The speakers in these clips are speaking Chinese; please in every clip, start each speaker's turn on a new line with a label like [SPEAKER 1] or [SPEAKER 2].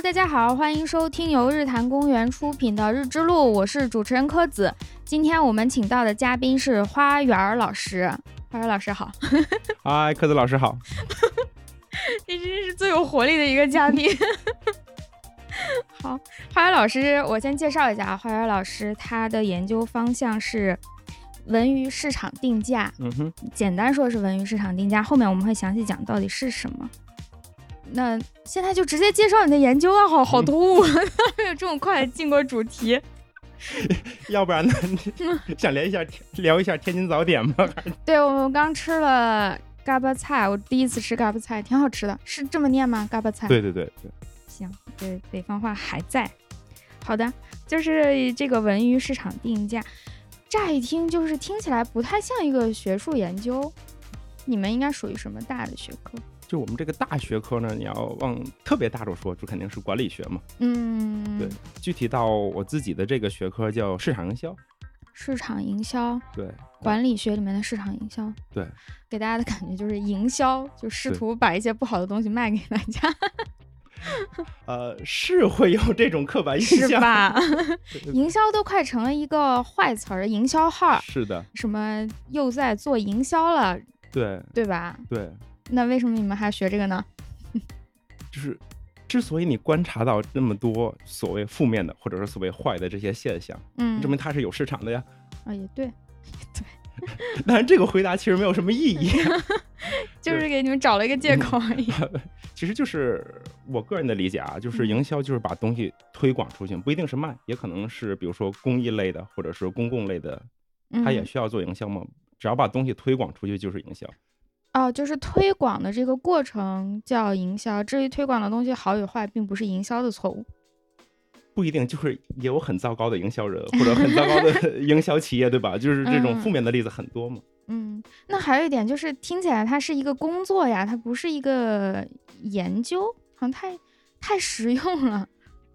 [SPEAKER 1] 大家好，欢迎收听由日坛公园出品的《日之路》，我是主持人柯子。今天我们请到的嘉宾是花园老师，花园老师好，
[SPEAKER 2] 嗨，柯子老师好。
[SPEAKER 1] 你真是最有活力的一个嘉宾。 好，花园老师，我先介绍一下啊，花园老师他的研究方向是文娱市场定价，
[SPEAKER 2] 嗯哼，
[SPEAKER 1] 简单说是文娱市场定价，后面我们会详细讲到底是什么。那现在就直接介绍你的研究啊，好好突兀，没 有这么快进过主题。
[SPEAKER 2] 要不然呢？ 想聊一下聊一下天津早点吗？
[SPEAKER 1] 对，我们刚吃了嘎巴菜，我第一次吃嘎巴菜，挺好吃的，是这么念吗？嘎巴菜。
[SPEAKER 2] 对对对对，
[SPEAKER 1] 行，对，北方话还在。好的，就是这个文娱市场定价，乍一听就是听起来不太像一个学术研究。你们应该属于什么大的学科？
[SPEAKER 2] 就我们这个大学科呢，你要往特别大处说，就肯定是管理学嘛。
[SPEAKER 1] 嗯，
[SPEAKER 2] 对，具体到我自己的这个学科叫市场营销。
[SPEAKER 1] 市场营销、
[SPEAKER 2] 对，
[SPEAKER 1] 管理学里面的市场营销，
[SPEAKER 2] 对，
[SPEAKER 1] 给大家的感觉就是营销，就试
[SPEAKER 2] 对
[SPEAKER 1] 图把一些不好的东西卖给大家。
[SPEAKER 2] 呃，是会有这种刻板印
[SPEAKER 1] 是
[SPEAKER 2] 象，
[SPEAKER 1] 吧？
[SPEAKER 2] 对对
[SPEAKER 1] 营销都快成了一个坏词儿，营销号儿，
[SPEAKER 2] 是的，
[SPEAKER 1] 什么又在做营销了，
[SPEAKER 2] 对
[SPEAKER 1] 对吧？
[SPEAKER 2] 对，
[SPEAKER 1] 那为什么你们还学这个呢？
[SPEAKER 2] 就是。之所以你观察到那么多所谓负面的，或者说所谓坏的这些现象，
[SPEAKER 1] 嗯，
[SPEAKER 2] 证明它是有市场的呀。
[SPEAKER 1] 啊也对，
[SPEAKER 2] 当然，这个回答其实没有什么意义。
[SPEAKER 1] 就是给你们找了一个借口而 已。
[SPEAKER 2] 其实就是我个人的理解啊，就是
[SPEAKER 1] 嗯
[SPEAKER 2] 营销就是把东西推广出去，不一定是卖，也可能是比如说公益类的，或者是公共类的，
[SPEAKER 1] 嗯，
[SPEAKER 2] 它也需要做营销嘛。只要把东西推广出去就是营销。
[SPEAKER 1] 哦，就是推广的这个过程叫营销，至于推广的东西好与坏，并不是营销的错误。
[SPEAKER 2] 不一定就是也有很糟糕的营销人，或者很糟糕 的营销企业，对吧？就是这种
[SPEAKER 1] 嗯
[SPEAKER 2] 负面的例子很多嘛。
[SPEAKER 1] 嗯，那还有一点就是，听起来它是一个工作呀，它不是一个研究，好像太太实用了。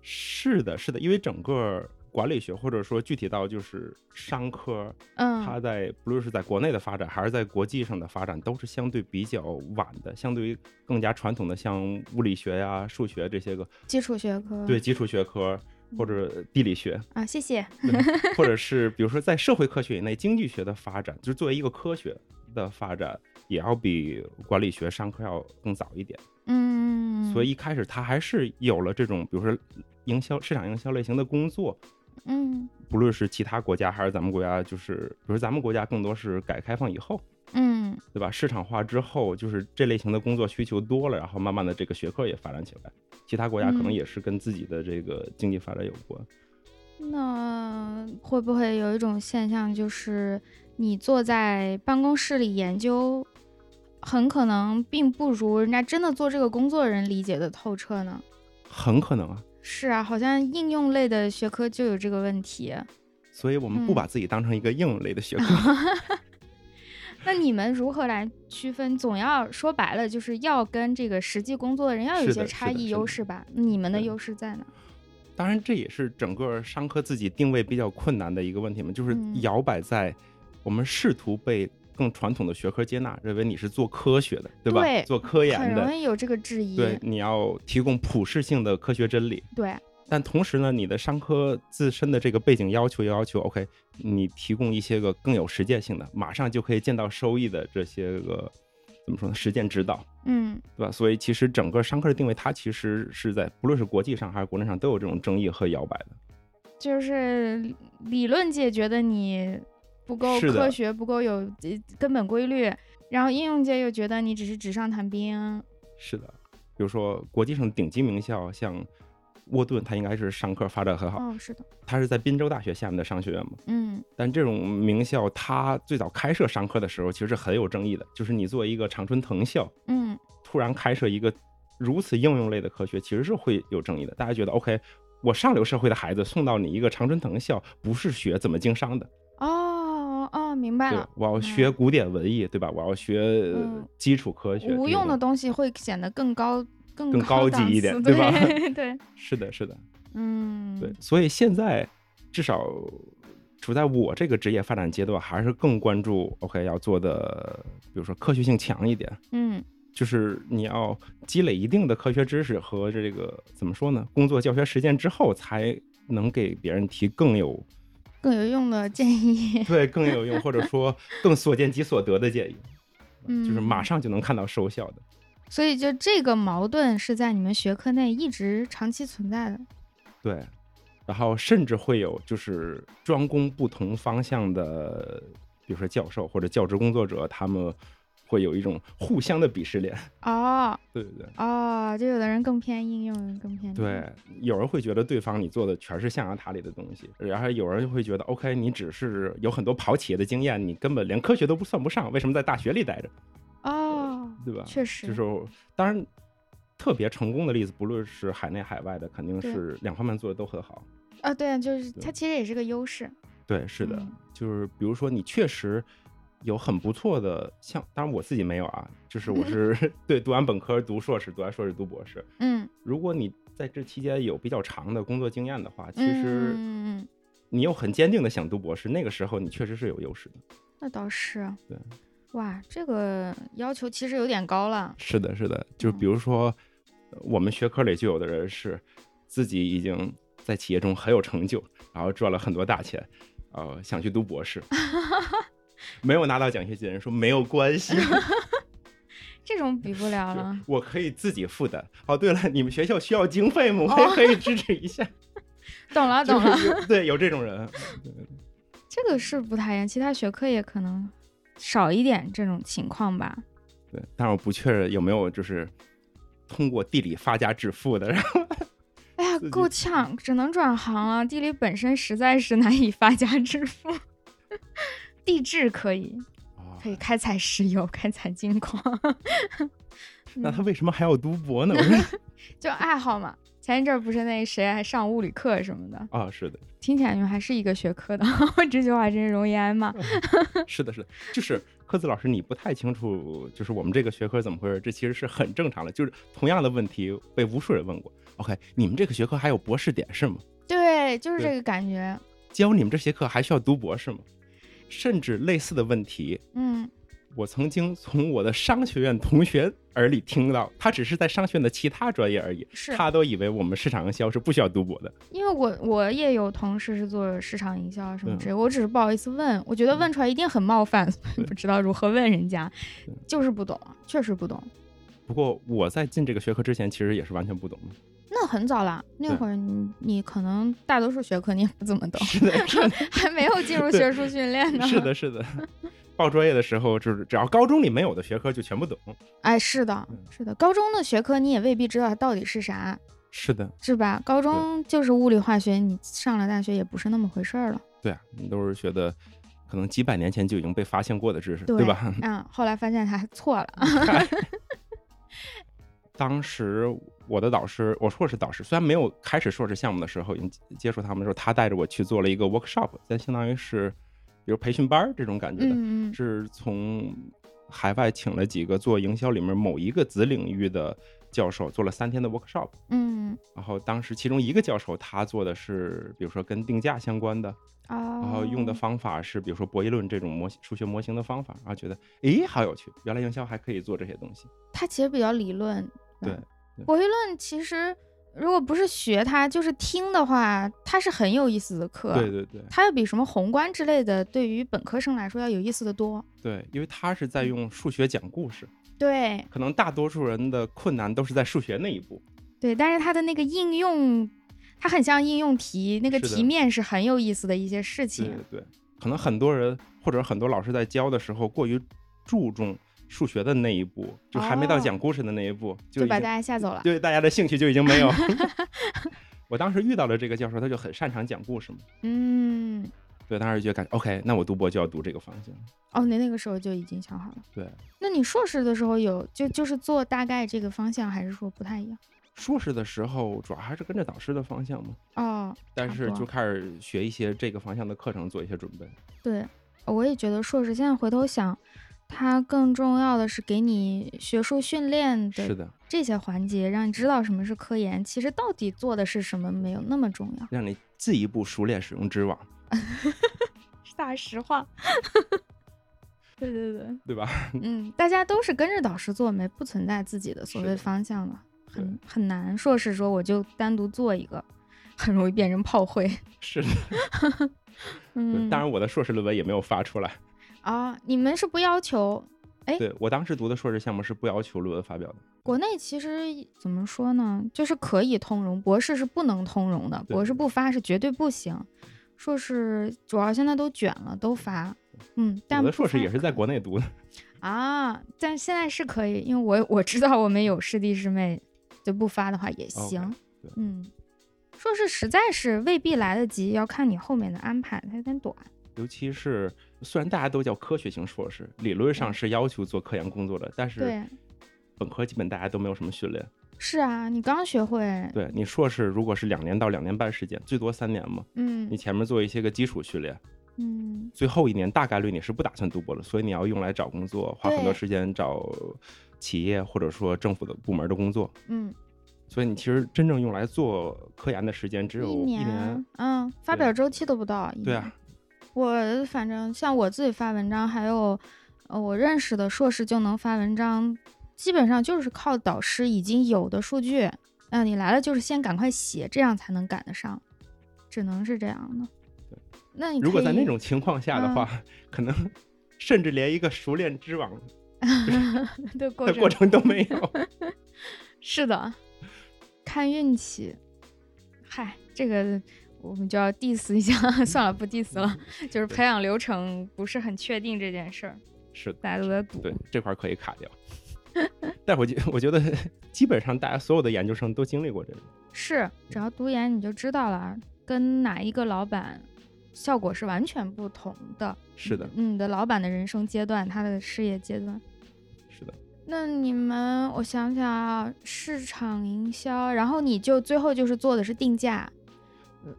[SPEAKER 2] 是的，是的，因为整个管理学，或者说具体到就是商科，
[SPEAKER 1] 嗯，
[SPEAKER 2] 它在不论是在国内的发展，还是在国际上的发展，都是相对比较晚的，相对于更加传统的像物理学呀、数学这些个
[SPEAKER 1] 基础学科。
[SPEAKER 2] 对基础学科或者地理学，
[SPEAKER 1] 啊，谢谢。
[SPEAKER 2] 对或者是比如说在社会科学以内，经济学的发展，就是作为一个科学的发展，也要比管理学商科要更早一点。
[SPEAKER 1] 嗯，
[SPEAKER 2] 所以一开始它还是有了这种，比如说营销、市场营销类型的工作，
[SPEAKER 1] 嗯
[SPEAKER 2] 不论是其他国家还是咱们国家，就是比如咱们国家更多是改革开放以后。
[SPEAKER 1] 嗯
[SPEAKER 2] 对吧？市场化之后，就是这类型的工作需求多了，然后慢慢的这个学科也发展起来。其他国家可能
[SPEAKER 1] 嗯
[SPEAKER 2] 也是跟自己的这个经济发展有关。
[SPEAKER 1] 那会不会有一种现象，就是你坐在办公室里研究，很可能并不如人家真的做这个工作的人理解的透彻呢？
[SPEAKER 2] 很可能啊。
[SPEAKER 1] 是啊，好像应用类的学科就有这个问题。
[SPEAKER 2] 所以我们
[SPEAKER 1] 嗯
[SPEAKER 2] 不把自己当成一个应类的学科，
[SPEAKER 1] 那你们如何来区分？总要说白了，就是要跟这个实际工作的人要有一
[SPEAKER 2] 是的
[SPEAKER 1] 些
[SPEAKER 2] 是
[SPEAKER 1] 差
[SPEAKER 2] 的
[SPEAKER 1] 异
[SPEAKER 2] 是
[SPEAKER 1] 优
[SPEAKER 2] 的
[SPEAKER 1] 势吧？你们的
[SPEAKER 2] 对
[SPEAKER 1] 优势在哪？
[SPEAKER 2] 当然这也是整个商科自己定位比较困难的一个问题嘛，就是
[SPEAKER 1] 嗯
[SPEAKER 2] 摇摆在我们试图被更传统的学科接纳，认为你是做科学的，对吧？
[SPEAKER 1] 对
[SPEAKER 2] 做科
[SPEAKER 1] 很
[SPEAKER 2] 研
[SPEAKER 1] 容
[SPEAKER 2] 的，
[SPEAKER 1] 易有这个质疑。
[SPEAKER 2] 对，你要提供普适性的科学真理。
[SPEAKER 1] 对
[SPEAKER 2] 但同时呢，你的商科自身的这个背景要求也要求，OK，你提供一些个更有实践性的，马上就可以见到收益的这些个怎么说呢？实践指导，
[SPEAKER 1] 嗯
[SPEAKER 2] 对吧？所以其实整个商科的定位，它其实是在不论是国际上还是国内上都有这种争议和摇摆的。
[SPEAKER 1] 就是理论界觉得你不够
[SPEAKER 2] 是的
[SPEAKER 1] 科学，不够有呃根本规律，然后应用界又觉得你只是纸上谈兵。
[SPEAKER 2] 是的，比如说国际上顶级名校，像沃顿，它应该是商科发展很好，
[SPEAKER 1] 哦，是的，
[SPEAKER 2] 它是在宾州大学下面的商学院嘛。
[SPEAKER 1] 嗯
[SPEAKER 2] 但这种名校，它最早开设商科的时候，其实是很有争议的，就是你作为一个常春藤校。
[SPEAKER 1] 嗯
[SPEAKER 2] 突然开设一个如此应用类的科学，其实是会有争议的。大家觉得，OK，我上流社会的孩子送到你一个常春藤校，不是学怎么经商的，
[SPEAKER 1] 哦哦，明白
[SPEAKER 2] 对
[SPEAKER 1] 了
[SPEAKER 2] 吧，，我要学古典文艺，对吧？我要学呃
[SPEAKER 1] 嗯
[SPEAKER 2] 基础科学，
[SPEAKER 1] 无用的
[SPEAKER 2] 这种
[SPEAKER 1] 东西会显得更高更
[SPEAKER 2] 更
[SPEAKER 1] 高
[SPEAKER 2] 高级
[SPEAKER 1] 档
[SPEAKER 2] 一
[SPEAKER 1] 次
[SPEAKER 2] 点
[SPEAKER 1] 对
[SPEAKER 2] 对吧
[SPEAKER 1] 对，
[SPEAKER 2] 是的，是的，
[SPEAKER 1] 嗯，
[SPEAKER 2] 对。所以现在至少处在我这个职业发展阶段，还是更关注 OK 要做的，比如说科学性强一点，
[SPEAKER 1] 嗯
[SPEAKER 2] 就是你要积累一定的科学知识和这个怎么说呢？工作教学实践之后，才能给别人提更有
[SPEAKER 1] 更有用的建议，
[SPEAKER 2] 对更有用，或者说更所见即所得的建议，
[SPEAKER 1] 嗯，
[SPEAKER 2] 就是马。上就能看到收效的。
[SPEAKER 1] 所以就这个矛盾是在你们学科内一直长期存在的。
[SPEAKER 2] 对，然后甚至会有就是专攻不同方向的，比如说教授或者教职工作者，他们会有一种互相的鄙视链。
[SPEAKER 1] 哦
[SPEAKER 2] 对对对。
[SPEAKER 1] 哦，就有的人更偏应用，有人更偏理论
[SPEAKER 2] 对，有人会觉得对方你做的全是象牙塔里的东西，然后有人就会觉得，OK，你只是有很多跑企业的经验，你根本连科学都不算不上，为什么在大学里待着，
[SPEAKER 1] 哦，
[SPEAKER 2] 对吧？
[SPEAKER 1] 确实，
[SPEAKER 2] 就是当然，特别成功的例子，不论是海内海外的，肯定
[SPEAKER 1] 对
[SPEAKER 2] 是两方面做的都很好。
[SPEAKER 1] 啊，对啊，就是
[SPEAKER 2] 对
[SPEAKER 1] 它其实也是个优势。
[SPEAKER 2] 对，是的，
[SPEAKER 1] 嗯
[SPEAKER 2] 就是比如说你确实有很不错的，像当然我自己没有啊，就是我 是对读完本科、读硕士、读完硕士、读博士，
[SPEAKER 1] 嗯，
[SPEAKER 2] 如果你在这期间有比较长的工作经验的话，其
[SPEAKER 1] 嗯
[SPEAKER 2] 实
[SPEAKER 1] 嗯嗯嗯
[SPEAKER 2] 你又很坚定的想读博士，那个时候你确实是有优势的。
[SPEAKER 1] 那倒是。啊
[SPEAKER 2] 对。
[SPEAKER 1] 哇，这个要求其实有点高了。
[SPEAKER 2] 是的，是的，就比如说呃我们学科里就有的人是自己已经在企业中很有成就，然后赚了很多大钱，呃，想去读博 士，没有拿到奖学金，人说没有关 系。
[SPEAKER 1] 这种比不了了。
[SPEAKER 2] 我可以自己负担。哦，对了，你们学校需要经费吗？我也可以支持一 下。
[SPEAKER 1] 懂了，
[SPEAKER 2] 就
[SPEAKER 1] 懂了，
[SPEAKER 2] 是有对，有这种人，
[SPEAKER 1] 这个是不太一样，其他学科也可能少一点这种情况吧。
[SPEAKER 2] 对，但是我不确认有没有就是通过地理发家致富的。然后
[SPEAKER 1] 哎呀
[SPEAKER 2] 自，己
[SPEAKER 1] 够呛，只能转行了。地理本身实在是难以发家致富，地质可以，可以开采石油，开采金矿，
[SPEAKER 2] 那他为什么还要读博呢？我 说
[SPEAKER 1] 就爱好嘛。前一阵儿不是那谁还上物理课什么的，
[SPEAKER 2] 啊，是的，
[SPEAKER 1] 听起来你们还是一个学科的， 这句话真容易挨骂。
[SPEAKER 2] 是的，是的，就是科子老师，你不太清楚，就是我们这个学科怎么回事？这其实是很正常的，就是同样的问题被无数人问过。OK，你们这个学科还有博士点是吗？
[SPEAKER 1] 对，就是
[SPEAKER 2] 对
[SPEAKER 1] 这个感觉。
[SPEAKER 2] 教你们这些课还需要读博士吗？甚至类似的问题，
[SPEAKER 1] 嗯，
[SPEAKER 2] 我曾经从我的商学院同学耳里听到，他只是在商学院的其他专业而已，
[SPEAKER 1] 是
[SPEAKER 2] 他都以为我们市场营销是不需要读博的。
[SPEAKER 1] 因为我我也有同事是做市场营销啊什么
[SPEAKER 2] 对
[SPEAKER 1] 之类，我只是不好意思问，我
[SPEAKER 2] 嗯
[SPEAKER 1] 觉得问出来一定很冒犯，所以不知道如何问人家，就是不懂，确实不懂。
[SPEAKER 2] 不过我在进这个学科之前，其实也是完全不懂的。
[SPEAKER 1] 那很早了，那
[SPEAKER 2] 对
[SPEAKER 1] 会儿你你可能大多数学科你也不怎么懂，
[SPEAKER 2] 是的， 是的，
[SPEAKER 1] 还没有进入学术训 练呢。
[SPEAKER 2] 是，的，是的。报专业的时候，就是只要高中里没有的学科就全部懂。
[SPEAKER 1] 哎，是的，
[SPEAKER 2] 嗯
[SPEAKER 1] 是的，高中的学科你也未必知道它到底是啥，
[SPEAKER 2] 是的，
[SPEAKER 1] 是吧？高中就是物理化学，你上了大学也不是那么回事儿了，
[SPEAKER 2] 对啊，你都是学的，可能几百年前就已经被发现过的知识，
[SPEAKER 1] 对
[SPEAKER 2] 吧？
[SPEAKER 1] 嗯，后来发现它错了，
[SPEAKER 2] 当时我的导师，我硕士导师，虽然没有开始硕士项目的时候，已经接触他们的时候，他带着我去做了一个 workshop，但相当于是，比如培训班儿这 种感觉的，
[SPEAKER 1] 嗯嗯
[SPEAKER 2] 是从海外请了几个做营销里面某一个子领域的教授，做了三天的 workshop。
[SPEAKER 1] 嗯，
[SPEAKER 2] 然后当时其中一个教授他做的是，比如说跟定价相关的，
[SPEAKER 1] 哦，
[SPEAKER 2] 然后用的方法是，比如说博弈论这种模型数学模型的方法，然后觉得，诶，好有趣，原来营销还可以做这些东西。
[SPEAKER 1] 它其实比较理论。
[SPEAKER 2] 对
[SPEAKER 1] 嗯
[SPEAKER 2] 对
[SPEAKER 1] 博弈论其实如果不是学它，就是听的话，它是很有意思的课。
[SPEAKER 2] 对对对。
[SPEAKER 1] 它要比什么宏观之类的，对于本科生来说要有意思的多。
[SPEAKER 2] 对，因为他是
[SPEAKER 1] 嗯
[SPEAKER 2] 在用数学讲故事，
[SPEAKER 1] 对
[SPEAKER 2] 可能大多数人的困难都是在数学那一步。
[SPEAKER 1] 对，但是它的那个应用，它很像应用题，那个
[SPEAKER 2] 是的
[SPEAKER 1] 题面是很有意思的一些事
[SPEAKER 2] 对
[SPEAKER 1] 情。
[SPEAKER 2] 对，可能很多人或者很多老师在教的时候过于注重数学的那一步，就还没到
[SPEAKER 1] 哦
[SPEAKER 2] 讲故事的那一步，
[SPEAKER 1] 就
[SPEAKER 2] 已
[SPEAKER 1] 把
[SPEAKER 2] 经
[SPEAKER 1] 大家吓走了。
[SPEAKER 2] 对大家的兴趣就已经 没有。 我当时遇到了这个教授，他就很擅长讲故事嘛，
[SPEAKER 1] 嗯，
[SPEAKER 2] 对，当时就感觉 OK，那我读博就要读这个方向。
[SPEAKER 1] 哦，你那个时候就已经想好了。
[SPEAKER 2] 对，
[SPEAKER 1] 那你硕士的时候有就就是做大概这个方向，还是说不太一样？
[SPEAKER 2] 硕士的时候主要还是跟着导师的方向嘛，
[SPEAKER 1] 哦，
[SPEAKER 2] 但
[SPEAKER 1] 差不
[SPEAKER 2] 是
[SPEAKER 1] 多
[SPEAKER 2] 就开始学一些这个方向的课程，做一些准备。
[SPEAKER 1] 对，我也觉得硕士现在回头想，它更重要的是给你学术训练
[SPEAKER 2] 是
[SPEAKER 1] 的
[SPEAKER 2] 的，
[SPEAKER 1] 这些环节，让你知道什么是科研，其实到底做的是什么没有那么重要。
[SPEAKER 2] 让你进一步熟练使用知网。
[SPEAKER 1] 是大实话。 对对对，
[SPEAKER 2] 对吧？
[SPEAKER 1] 嗯，大家都是跟着导师做，没不存在自己的所
[SPEAKER 2] 是
[SPEAKER 1] 谓
[SPEAKER 2] 的
[SPEAKER 1] 方向嘛，很
[SPEAKER 2] 对
[SPEAKER 1] 很难说是说我就单独做一个，很容易变成炮灰。
[SPEAKER 2] 是的，
[SPEAKER 1] 嗯，
[SPEAKER 2] 当然我的硕士论文也没有发出来。
[SPEAKER 1] 啊，你们是不要求哎
[SPEAKER 2] 对我当时读的硕士项目是不要求论文发表的，
[SPEAKER 1] 国内其实怎么说呢，就是可以通融，博士是不能通融的，
[SPEAKER 2] 对
[SPEAKER 1] 博
[SPEAKER 2] 对
[SPEAKER 1] 士
[SPEAKER 2] 对
[SPEAKER 1] 不发是绝对不行。硕士主要现在都卷了，都发，嗯，但
[SPEAKER 2] 我的
[SPEAKER 1] 不
[SPEAKER 2] 硕士
[SPEAKER 1] 发
[SPEAKER 2] 也是在国内读的。
[SPEAKER 1] 啊，但现在是可以，因为我我知道我们有师弟师妹，就不发的话也
[SPEAKER 2] 哦 OK，
[SPEAKER 1] 行。
[SPEAKER 2] 对
[SPEAKER 1] 嗯，硕士实在是未必来得及，要看你后面的安排，它有点短。
[SPEAKER 2] 尤其是虽然大家都叫科学型硕士，理论
[SPEAKER 1] 嗯
[SPEAKER 2] 上是要求做科研工作的，但是
[SPEAKER 1] 对，
[SPEAKER 2] 本科基本大家都没有什么训练。
[SPEAKER 1] 是啊，你刚学会，
[SPEAKER 2] 对你硕士如果是两年到两年半时间，最多三年嘛，你
[SPEAKER 1] 嗯
[SPEAKER 2] 前面做一些个基础训练，
[SPEAKER 1] 嗯，
[SPEAKER 2] 最后一年大概率你是不打算读博了，所以你要用来找工作，花很多
[SPEAKER 1] 对
[SPEAKER 2] 时间找企业或者说政府的部门的工作。
[SPEAKER 1] 嗯，
[SPEAKER 2] 所以你其实真正用来做科研的时间只有
[SPEAKER 1] 一
[SPEAKER 2] 一年。
[SPEAKER 1] 年，嗯，发
[SPEAKER 2] 对
[SPEAKER 1] 表周期都不到。一
[SPEAKER 2] 对
[SPEAKER 1] 年
[SPEAKER 2] 啊，，
[SPEAKER 1] 我反正像我自己发文章，还有呃我认识的硕士就能发文章，基本上就是靠导师已经有的数据，那、你来了就是先赶快写，这样才能赶得上，只能是这样的
[SPEAKER 2] 对。
[SPEAKER 1] 那你
[SPEAKER 2] 如果
[SPEAKER 1] 可
[SPEAKER 2] 在那
[SPEAKER 1] 以
[SPEAKER 2] 种情况下的
[SPEAKER 1] 嗯
[SPEAKER 2] 话，可能 甚至连一个熟练知网
[SPEAKER 1] 的过
[SPEAKER 2] 的
[SPEAKER 1] 程
[SPEAKER 2] 过程都没有。
[SPEAKER 1] 是 的，看运气。嗨，这个我们就要 diss 一下， 算了，不 diss 了，
[SPEAKER 2] 嗯
[SPEAKER 1] 就是培养流程不是很确定这件事儿，
[SPEAKER 2] 是的，
[SPEAKER 1] 大家都在赌。
[SPEAKER 2] 对，这块儿可以卡掉。 但我觉我觉得， 基本上大家所有的研究生都经历过这个。
[SPEAKER 1] 是，只要读研你就知道了，啊跟哪一个老板效果是完全不同的。
[SPEAKER 2] 是的，
[SPEAKER 1] 嗯，你的老板的人生阶段，他的事业阶段。
[SPEAKER 2] 是的，
[SPEAKER 1] 那你们，我想想啊，市场营销，然后你就最后就是做的是定价，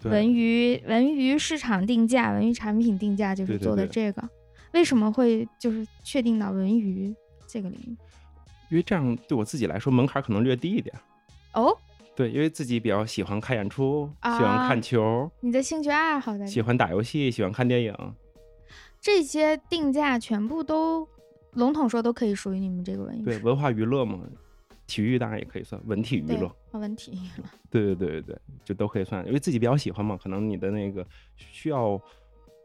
[SPEAKER 2] 对
[SPEAKER 1] 嗯文娱文娱市场定价、文娱产品定价，就是
[SPEAKER 2] 对对
[SPEAKER 1] 做的
[SPEAKER 2] 对
[SPEAKER 1] 这个。为什么会就是确定到文娱这个领域？
[SPEAKER 2] 因为这样对我自己来说门槛可能略低一点。
[SPEAKER 1] 哦，
[SPEAKER 2] 对，因为自己比较喜欢看演出，喜
[SPEAKER 1] 啊
[SPEAKER 2] 欢看球，
[SPEAKER 1] 你的兴趣爱好在这
[SPEAKER 2] 喜欢打游戏，喜欢看电影。
[SPEAKER 1] 这些定价全部都笼统说都可以属于你们这个文艺
[SPEAKER 2] 对，
[SPEAKER 1] 术
[SPEAKER 2] 文化娱乐嘛，体育当然也可以算，文体娱
[SPEAKER 1] 嗯对
[SPEAKER 2] 乐。
[SPEAKER 1] 没问 题。
[SPEAKER 2] 对对对对对，就都可以算，因为自己比较喜欢嘛，可能你的那个需要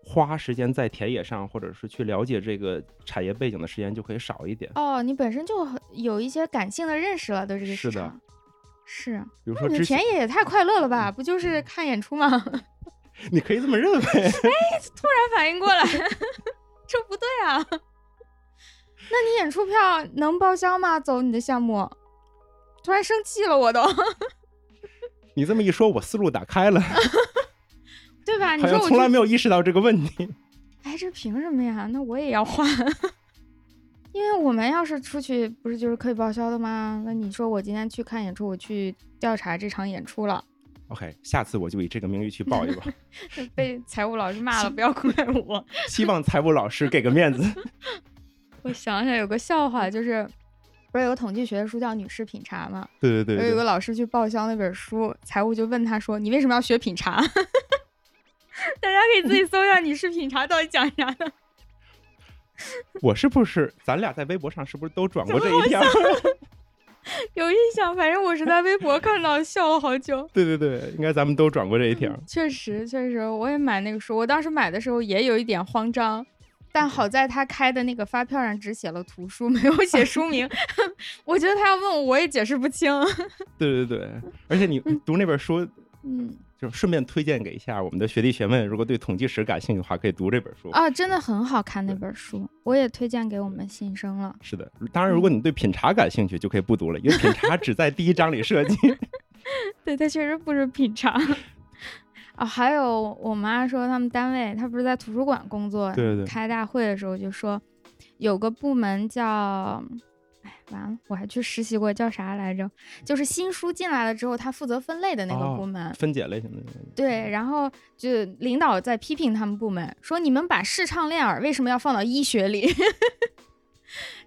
[SPEAKER 2] 花时间在田野上，或者是去了解这个产业背景的时间就可以少一点。
[SPEAKER 1] 哦，你本身就很有一些感性的认识了，对这个市
[SPEAKER 2] 是的
[SPEAKER 1] 场。是啊，
[SPEAKER 2] 比如
[SPEAKER 1] 那
[SPEAKER 2] 说
[SPEAKER 1] 你
[SPEAKER 2] 之
[SPEAKER 1] 的
[SPEAKER 2] 前嗯
[SPEAKER 1] 田，野也太快乐了吧？不就是看演出吗？ 突然
[SPEAKER 2] 你可以这么认为，
[SPEAKER 1] 反应过来， 这不对啊！ 那你演出票能报销吗？走你的项目，突然生气了，我都，
[SPEAKER 2] 你这么一说，我思路打开了，
[SPEAKER 1] 对吧？啊你
[SPEAKER 2] 好
[SPEAKER 1] 说
[SPEAKER 2] 像
[SPEAKER 1] 我
[SPEAKER 2] 从来
[SPEAKER 1] 就，
[SPEAKER 2] 没有意识到这个问题。
[SPEAKER 1] 哎，这凭什么呀？那我也要换， 因为我们要是出去，不是就是可以报销的吗？那你说我今天去看演出，我去调查这场演出了，
[SPEAKER 2] OK，下次我就以这个名义去 报一报，
[SPEAKER 1] 被财务老师骂了，不要怪我。
[SPEAKER 2] 希望财务老师给 个面子。
[SPEAKER 1] 我想想，有个笑话，就是不是有个统计学的书叫《女士品茶》吗？
[SPEAKER 2] 对对
[SPEAKER 1] 我有
[SPEAKER 2] 对
[SPEAKER 1] 个
[SPEAKER 2] 对，
[SPEAKER 1] 老师去报销那本书，财务就问他说：“你为什么要学品茶？” 大家可以自己搜一下《女士品茶》到底讲啥的。
[SPEAKER 2] 我是不是咱俩在微博上是不是都转过
[SPEAKER 1] 怎
[SPEAKER 2] 这
[SPEAKER 1] 么好
[SPEAKER 2] 一条？
[SPEAKER 1] 有印象，反正我是在微博看到，笑了好久。
[SPEAKER 2] 对对对，应该咱们都转过这一条。
[SPEAKER 1] 确实，确实，我也买那个书，我当时买的时候也有一点慌张。但好在他开的那个发票上只写了图书，没有写书 名。我觉得他要问我，我也解释不清。
[SPEAKER 2] 对对对，而且你读那本书，
[SPEAKER 1] 嗯，
[SPEAKER 2] 就顺便推荐给一下我们的学弟学妹，如果对统计史感兴趣的话，可以读这本书。
[SPEAKER 1] 啊，真的很好看那
[SPEAKER 2] 对
[SPEAKER 1] 本书，我也推荐给我们新生了。
[SPEAKER 2] 是的，当然，如果你对品茶感兴趣，就可以不读了，因为品茶只在第一章里涉 及。
[SPEAKER 1] 对，它确实不是品 茶。啊、还有我妈说他们单位，她不是在图书馆工作，
[SPEAKER 2] 对对
[SPEAKER 1] 开大会的时候就说，有个部门叫，哎，完了，我还去实习过，叫啥来着？就是新书进来了之后，他负责分类的那个
[SPEAKER 2] 哦
[SPEAKER 1] 部门。
[SPEAKER 2] 分解类型的，
[SPEAKER 1] 对，然后就领导在批评他们部门，说你们把视唱练耳为什么要放到医学里？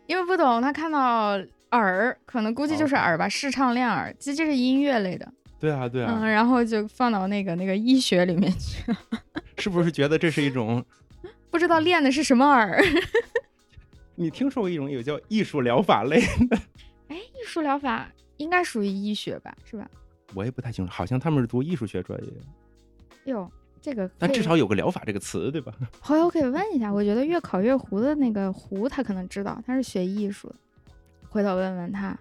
[SPEAKER 1] 因为不懂，他看到耳，可能估计就是
[SPEAKER 2] OK
[SPEAKER 1] 耳吧，视唱练耳，其实这是音乐类的。
[SPEAKER 2] 对啊，对啊，
[SPEAKER 1] 嗯，然后就放到那个那个医学里面去，
[SPEAKER 2] 是不是觉得这是一种
[SPEAKER 1] 不知道练的是什么耳。
[SPEAKER 2] 你听说过一种有叫艺术疗法类 的？
[SPEAKER 1] 哎， 艺术疗法应该属于医学吧，是吧？
[SPEAKER 2] 我也不太清楚，好像他们是读艺术学专业，
[SPEAKER 1] 哟，这个
[SPEAKER 2] 但
[SPEAKER 1] 可
[SPEAKER 2] 至
[SPEAKER 1] 以
[SPEAKER 2] 少有个疗法这个词，对吧？
[SPEAKER 1] 回头可以问一下，我觉得越考越糊的那个糊，他可能知道，他是学艺术的，回头问问他，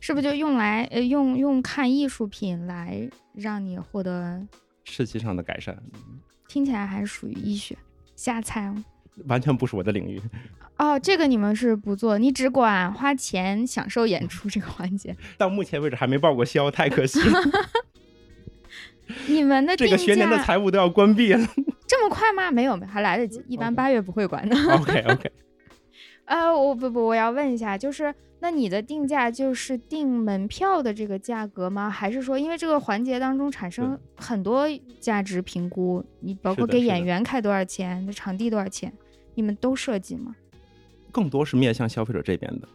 [SPEAKER 1] 是不是就用来呃用用看艺术品来让你获得，
[SPEAKER 2] 士气上的改善
[SPEAKER 1] 听起来还是属于医学，瞎猜哦。
[SPEAKER 2] 完全不是我的领域。
[SPEAKER 1] 哦，这个你们是不做，你只管花钱享受演出这个环节。
[SPEAKER 2] 到目前为止还没报过销，太可惜 了。
[SPEAKER 1] 你们的定
[SPEAKER 2] 这
[SPEAKER 1] 价
[SPEAKER 2] 个学年的财务都要关闭了。
[SPEAKER 1] 这么快吗？没有，没有，还来得及，一般
[SPEAKER 2] OK
[SPEAKER 1] 八月不会管的。
[SPEAKER 2] OK OK，
[SPEAKER 1] 呃，我不不，我要问一下，就是那你的定价就是定门票的这个价格吗？还是说因为这个环节当中产生很多价值评估，你包
[SPEAKER 2] 是
[SPEAKER 1] 括
[SPEAKER 2] 的
[SPEAKER 1] 给
[SPEAKER 2] 是
[SPEAKER 1] 演
[SPEAKER 2] 的
[SPEAKER 1] 员开多少钱，这场地多少钱，你们都设计吗？
[SPEAKER 2] 更多是面向消费者这边的。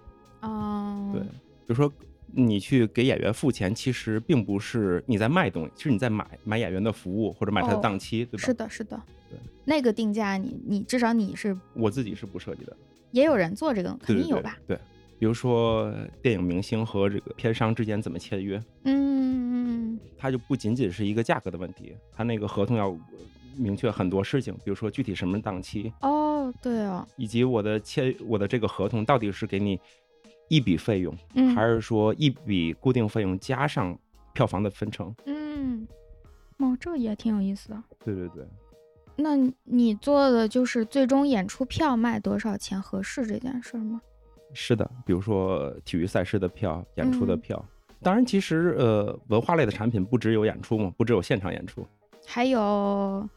[SPEAKER 1] 哦
[SPEAKER 2] 对，比如说你去给演员付钱，其实并不是你在卖东西，是你在买买演员的服务或者买他的
[SPEAKER 1] 哦
[SPEAKER 2] 档期，对吧？
[SPEAKER 1] 是的，是的
[SPEAKER 2] 对。
[SPEAKER 1] 那个定价你，你至少你是
[SPEAKER 2] 我自己是不设计的，
[SPEAKER 1] 也有人做这个，肯
[SPEAKER 2] 对
[SPEAKER 1] 定
[SPEAKER 2] 对
[SPEAKER 1] 有
[SPEAKER 2] 对
[SPEAKER 1] 吧？
[SPEAKER 2] 对，比如说电影明星和这个片商之间怎么签约，
[SPEAKER 1] 嗯嗯
[SPEAKER 2] 它就不仅仅是一个价格的问题，它那个合同要明确很多事情，比如说具体什么档期，
[SPEAKER 1] 嗯，哦，对哦，
[SPEAKER 2] 以及我的签我的这个合同到底是给你一笔费用，
[SPEAKER 1] 嗯，
[SPEAKER 2] 还是说一笔固定费用加上票房的分成？
[SPEAKER 1] 嗯，哦，这也挺有意思的。
[SPEAKER 2] 对对对，
[SPEAKER 1] 那你做的就是最终演出票卖多少钱合适这件事儿吗？
[SPEAKER 2] 是的，比如说体育赛事的票、演出的
[SPEAKER 1] 嗯
[SPEAKER 2] 票。当然，其实呃，文化类的产品不只有演出嘛，不只有现场演出，
[SPEAKER 1] 还有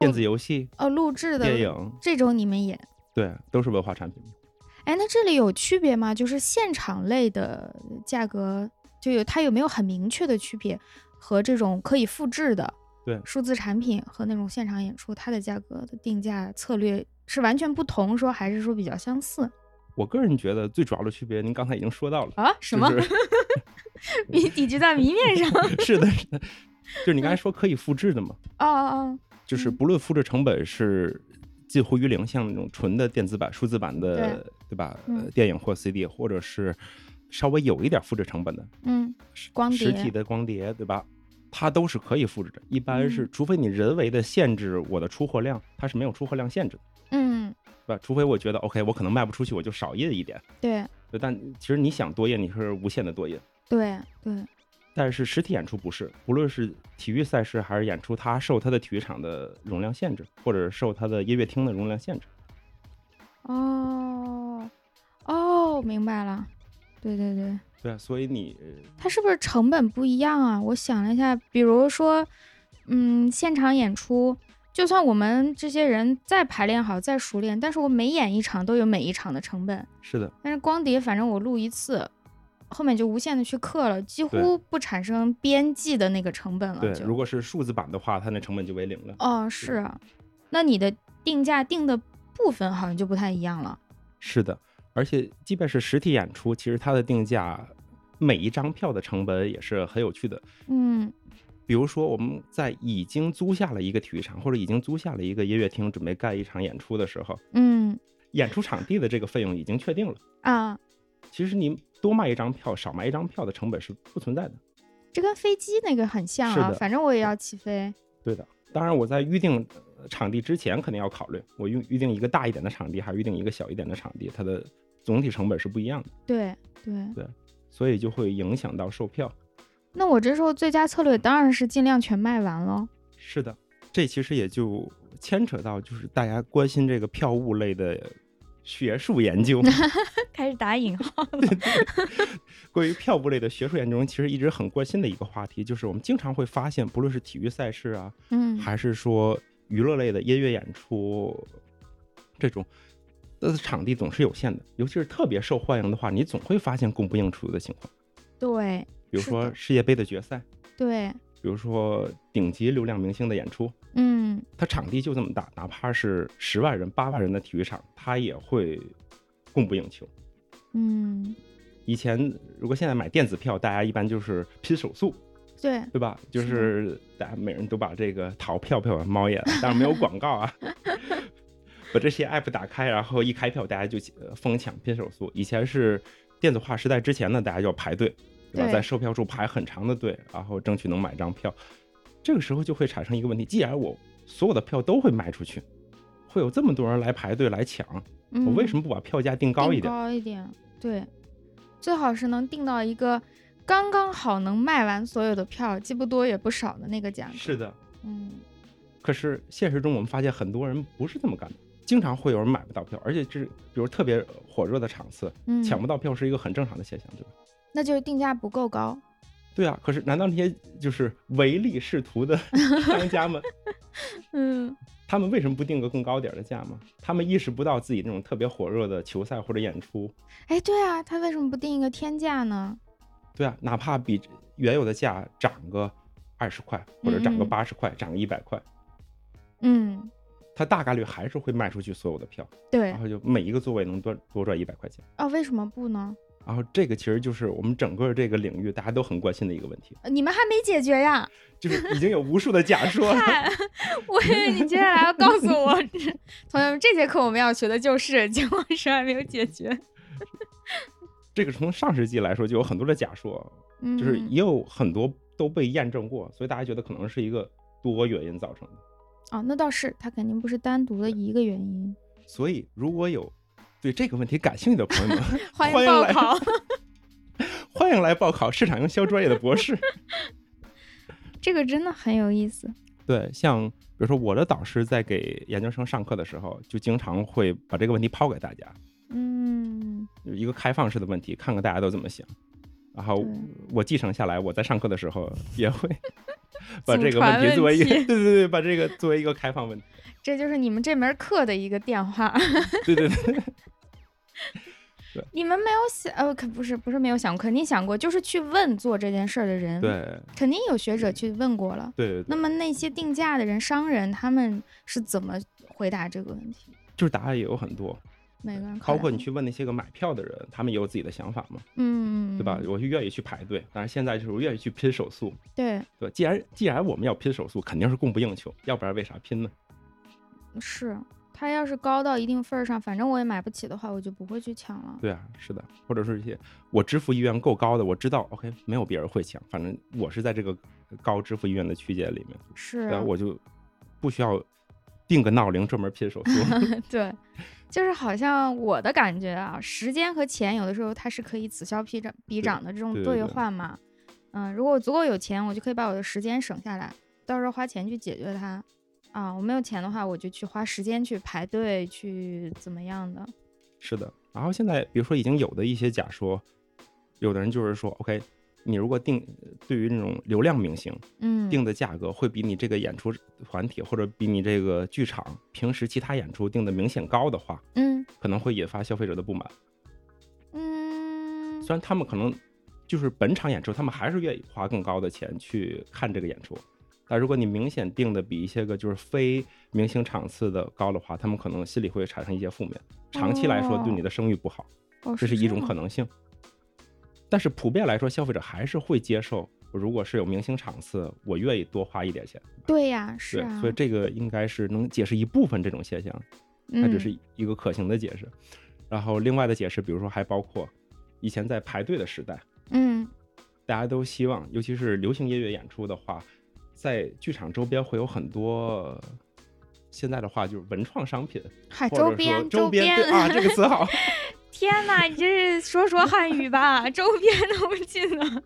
[SPEAKER 2] 电子游戏、
[SPEAKER 1] 呃，录制的
[SPEAKER 2] 电影，
[SPEAKER 1] 这种你们也
[SPEAKER 2] 对，都是文化产品。
[SPEAKER 1] 哎，那这里有区别吗？就是现场类的价格就有它有没有很明确的区别和这种可以复制的
[SPEAKER 2] 对
[SPEAKER 1] 数字产品和那种现场演出它的价格的定价策略是完全不同，说还是说比较相似
[SPEAKER 2] 我个人觉得最主要的区别，您刚才已经说到 了，
[SPEAKER 1] 啊？什么？
[SPEAKER 2] 就是
[SPEAKER 1] 谜底就在谜面 上？
[SPEAKER 2] 是的，是的，就是你刚才说可以复制的嘛，
[SPEAKER 1] 哦哦
[SPEAKER 2] 就是
[SPEAKER 1] 嗯
[SPEAKER 2] 不论复制成本是近乎于零，像那种纯的电子版、数字版的，对吧？
[SPEAKER 1] 嗯
[SPEAKER 2] 呃电影或 CD，或者是稍微有一点复制成本的
[SPEAKER 1] 哦，嗯，
[SPEAKER 2] 实
[SPEAKER 1] 光
[SPEAKER 2] 实
[SPEAKER 1] 碟
[SPEAKER 2] 体的光碟，对吧？它都是可以复制的。一般是，
[SPEAKER 1] 嗯
[SPEAKER 2] 除非你人为的限制我的出货量，它是没有出货量限制的，
[SPEAKER 1] 嗯，
[SPEAKER 2] 对吧？除非我觉得 OK，我可能卖不出去，我就少印一点。
[SPEAKER 1] 对
[SPEAKER 2] 对但其实你想多印，你是无限的多印。
[SPEAKER 1] 对对，
[SPEAKER 2] 但是实体演出不是，不论是体育赛事还是演出，它受它的体育场的容量限制，或者受它的音乐厅的容量限制。
[SPEAKER 1] 哦哦，明白了。对对对，
[SPEAKER 2] 对啊，所以你
[SPEAKER 1] 它是不是成本不一样啊？我想了一下，比如说，嗯，现场演出，就算我们这些人再排练好、再熟练，但是我每演一场都有每一场的成本。
[SPEAKER 2] 是的，
[SPEAKER 1] 但是光碟，反正我录一次，后面就无限的去刻了，几
[SPEAKER 2] 对
[SPEAKER 1] 乎不产生边际的那个成本了。
[SPEAKER 2] 对，
[SPEAKER 1] 就
[SPEAKER 2] 如果是数字版的话，它那成本就为零了。
[SPEAKER 1] 哦，是啊，那你的定价定的部分好像就不太一样了。
[SPEAKER 2] 是的，而且即便是实体演出，其实它的定价，每一张票的成本也是很有趣的。
[SPEAKER 1] 嗯
[SPEAKER 2] 比如说，我们在已经租下了一个体育场，或者已经租下了一个音乐厅，准备干一场演出的时候，
[SPEAKER 1] 嗯
[SPEAKER 2] 演出场地的这个费用已经确定了。
[SPEAKER 1] 啊，
[SPEAKER 2] 其实你多卖一张票，少卖一张票的成本是不存在的。
[SPEAKER 1] 这跟飞机那个很像
[SPEAKER 2] 是
[SPEAKER 1] 啊，
[SPEAKER 2] 的
[SPEAKER 1] 反正我也要起飞。
[SPEAKER 2] 对的，当然我在预定呃场地之前肯定要考虑，我预预定一个大一点的场地，还是预定一个小一点的场地，它的总体成本是不一样的，
[SPEAKER 1] 对对，
[SPEAKER 2] 所以就会影响到售票。
[SPEAKER 1] 那我这时候最佳策略当然是尽量全卖完喽。
[SPEAKER 2] 是的，这其实也就牵扯到就是大家关心这个票务类的学术研究，
[SPEAKER 1] 开始打引号。
[SPEAKER 2] 关于票务类的学术研究中，其实一直很关心的一个话题，就是我们经常会发现，不论是体育赛事啊，
[SPEAKER 1] 嗯
[SPEAKER 2] 还是说娱乐类的音乐演出这种，呃，场地总是有限的，尤其是特别受欢迎的话，你总会发现供不应求的情况。
[SPEAKER 1] 对
[SPEAKER 2] 比如
[SPEAKER 1] 是
[SPEAKER 2] 说
[SPEAKER 1] 的
[SPEAKER 2] 世界杯的决赛，
[SPEAKER 1] 对，
[SPEAKER 2] 比如说顶级流量明星的演出，
[SPEAKER 1] 嗯
[SPEAKER 2] 它场地就这么大，哪怕是十万人、八万人的体育场，它也会供不应求。
[SPEAKER 1] 嗯，
[SPEAKER 2] 以前如果现在买电子票，大家一般就是拼手速，
[SPEAKER 1] 对，
[SPEAKER 2] 对吧？就是 是大家每人都把这个淘票票猫眼，当然没有广告啊。 把这些 app 打开，然后一开票，大家就呃疯抢拼手速。以前是电子化时代之前呢，大家就要排队，对吧？
[SPEAKER 1] 对
[SPEAKER 2] 在售票处排很长的队，然后争取能买张票。这个时候就会产生一个问题：既然我所有的票都会卖出去，会有这么多人来排队来抢，我为
[SPEAKER 1] 么？
[SPEAKER 2] 什么不把票价嗯定
[SPEAKER 1] 嗯定
[SPEAKER 2] 高一点？
[SPEAKER 1] 高一点，对，最好是能定到一个刚刚好能卖完所有的票，既不多也不少的那个价格。
[SPEAKER 2] 是的，
[SPEAKER 1] 嗯，
[SPEAKER 2] 可是现实中我们发现很多人不是这么干的，经常会有人买不到票，而且这比如特别火热的场次，
[SPEAKER 1] 嗯
[SPEAKER 2] 抢不到票是一个很正常的现象，对吧？
[SPEAKER 1] 那就是定价不够高。
[SPEAKER 2] 对啊，可是难道那些就是唯利是 图的商家们，
[SPEAKER 1] 嗯，
[SPEAKER 2] 他们为什么不定个更高点儿的价吗？他们意识不到自己那种特别火热的球赛或者演出，
[SPEAKER 1] 哎，对啊，他为什么不定一个天价呢？
[SPEAKER 2] 对啊，哪怕比原有的价涨个二十块，或者涨个
[SPEAKER 1] 嗯嗯
[SPEAKER 2] 八十块，涨个一百块，
[SPEAKER 1] 嗯，
[SPEAKER 2] 他大概率还是会卖出去所有的票，
[SPEAKER 1] 对
[SPEAKER 2] 然后就每一个座位能多多赚一百块钱。
[SPEAKER 1] 啊，为什么不呢？
[SPEAKER 2] 然后这个其实就是我们整个这个领域大家都很关心的一个问题，
[SPEAKER 1] 呃你们还没解决呀？
[SPEAKER 2] 就是已经有无数的假说了。
[SPEAKER 1] 嗨，我以为你接下来要告诉我， 同学们，这节课我们要学的就是，结果是还没有解决。
[SPEAKER 2] 这个从上世纪来说就有很多的假说，
[SPEAKER 1] 嗯，
[SPEAKER 2] 就是也有很多都被验证过，所以大家觉得可能是一个多原因造成的。
[SPEAKER 1] 哦，那倒是，他肯定不是单独的一个原因。，
[SPEAKER 2] 所以如果有对这个问题感兴趣的朋友们
[SPEAKER 1] 欢
[SPEAKER 2] 欢
[SPEAKER 1] 迎
[SPEAKER 2] 迎
[SPEAKER 1] 报
[SPEAKER 2] 来
[SPEAKER 1] 考。
[SPEAKER 2] 欢迎来报考市场营销专业的 博士。
[SPEAKER 1] 这个真的很有意思。
[SPEAKER 2] 对，像比如说我的导师在给研究生上课的时候，就经常会把这个问题抛给大家，
[SPEAKER 1] 嗯，
[SPEAKER 2] 有一个开放式的问题，看看大家都怎么想。然后
[SPEAKER 1] 对
[SPEAKER 2] 我继承下来，我在上课的时候也 会把这
[SPEAKER 1] 祖
[SPEAKER 2] 个
[SPEAKER 1] 传
[SPEAKER 2] 问题作为一个
[SPEAKER 1] 问题
[SPEAKER 2] 对对对，把这个作为一个开放问 题，
[SPEAKER 1] 这就是你们这门课的一个变化。
[SPEAKER 2] 对对对，
[SPEAKER 1] 你们没有想，呃，可不是不是没有想过，肯定想过，就是去问做这件事儿的人，，
[SPEAKER 2] 对
[SPEAKER 1] 肯定有学者去问过了。
[SPEAKER 2] 对对
[SPEAKER 1] 那
[SPEAKER 2] 对，
[SPEAKER 1] 么那些定价的人、商人，他们是怎么回答这个问题？
[SPEAKER 2] 就是答案也有很多，
[SPEAKER 1] 每个人考
[SPEAKER 2] 包括
[SPEAKER 1] 量
[SPEAKER 2] 你，去问那些个买票的人，他们也有自己的想法嘛，
[SPEAKER 1] 嗯，
[SPEAKER 2] 对吧？我就愿意去排队，但是现在就是我愿意去拼手速，
[SPEAKER 1] 对，
[SPEAKER 2] 对吧？既然既然我们要拼手速，肯定是供不应求，要不然为啥拼呢？
[SPEAKER 1] 是他要是高到一定份儿上，反正我也买不起的话，我就不会去抢了。
[SPEAKER 2] 对啊，是的，或者是一些我支付意愿够高的，我知道 OK 没有别人会抢，反正我是在这个高支付意愿的区间里面，
[SPEAKER 1] 是
[SPEAKER 2] 对啊，我就不需要定个闹铃专门 拼手速。
[SPEAKER 1] 对，就是好像我的感觉啊，时间和钱有的时候它是可以此消彼长彼
[SPEAKER 2] 对
[SPEAKER 1] 长的这种
[SPEAKER 2] 对对
[SPEAKER 1] 兑
[SPEAKER 2] 对
[SPEAKER 1] 换嘛。嗯，如果我足够有钱，我就可以把我的时间省下来，到时候花钱去解决它。啊，我没有钱的话，我就去花时间去排队，去怎么样的？
[SPEAKER 2] 是的，然后现在比如说已经有的一些假说，有的人就是说 OK，你如果定对于那种流量明星
[SPEAKER 1] 嗯，
[SPEAKER 2] 定的价格会比你这个演出团体或者比你这个剧场平时其他演出定的明显高的话，
[SPEAKER 1] 嗯
[SPEAKER 2] 可能会引发消费者的不满。
[SPEAKER 1] 嗯，
[SPEAKER 2] 虽然他们可能就是本场演出，他们还是愿意花更高的钱去看这个演出。但如果你明显定的比一些个就是非明星场次的高的话，他们可能心里会产生一些负面，长期来说对你的声誉不好，
[SPEAKER 1] 哦
[SPEAKER 2] 这是一种
[SPEAKER 1] 样
[SPEAKER 2] 可能性。但是普遍来说，消费者还是会接受，如果是有明星场次，我愿意多花一点钱。
[SPEAKER 1] 对呀，是
[SPEAKER 2] 对
[SPEAKER 1] 啊，，
[SPEAKER 2] 所以这个应该是能解释一部分这种现象。它只
[SPEAKER 1] 嗯
[SPEAKER 2] 是一个可行的解释。然后另外的解释，比如说还包括以前在排队的时代，
[SPEAKER 1] 嗯
[SPEAKER 2] 大家都希望，尤其是流行音乐演出的话，在剧场周边会有很多。现在的话就是文创商品，
[SPEAKER 1] 嗨，
[SPEAKER 2] 或
[SPEAKER 1] 啊周
[SPEAKER 2] 者
[SPEAKER 1] 边
[SPEAKER 2] 说周边对啊，这个词好。
[SPEAKER 1] 天哪，你这是说说汉语吧？周边 都不进了，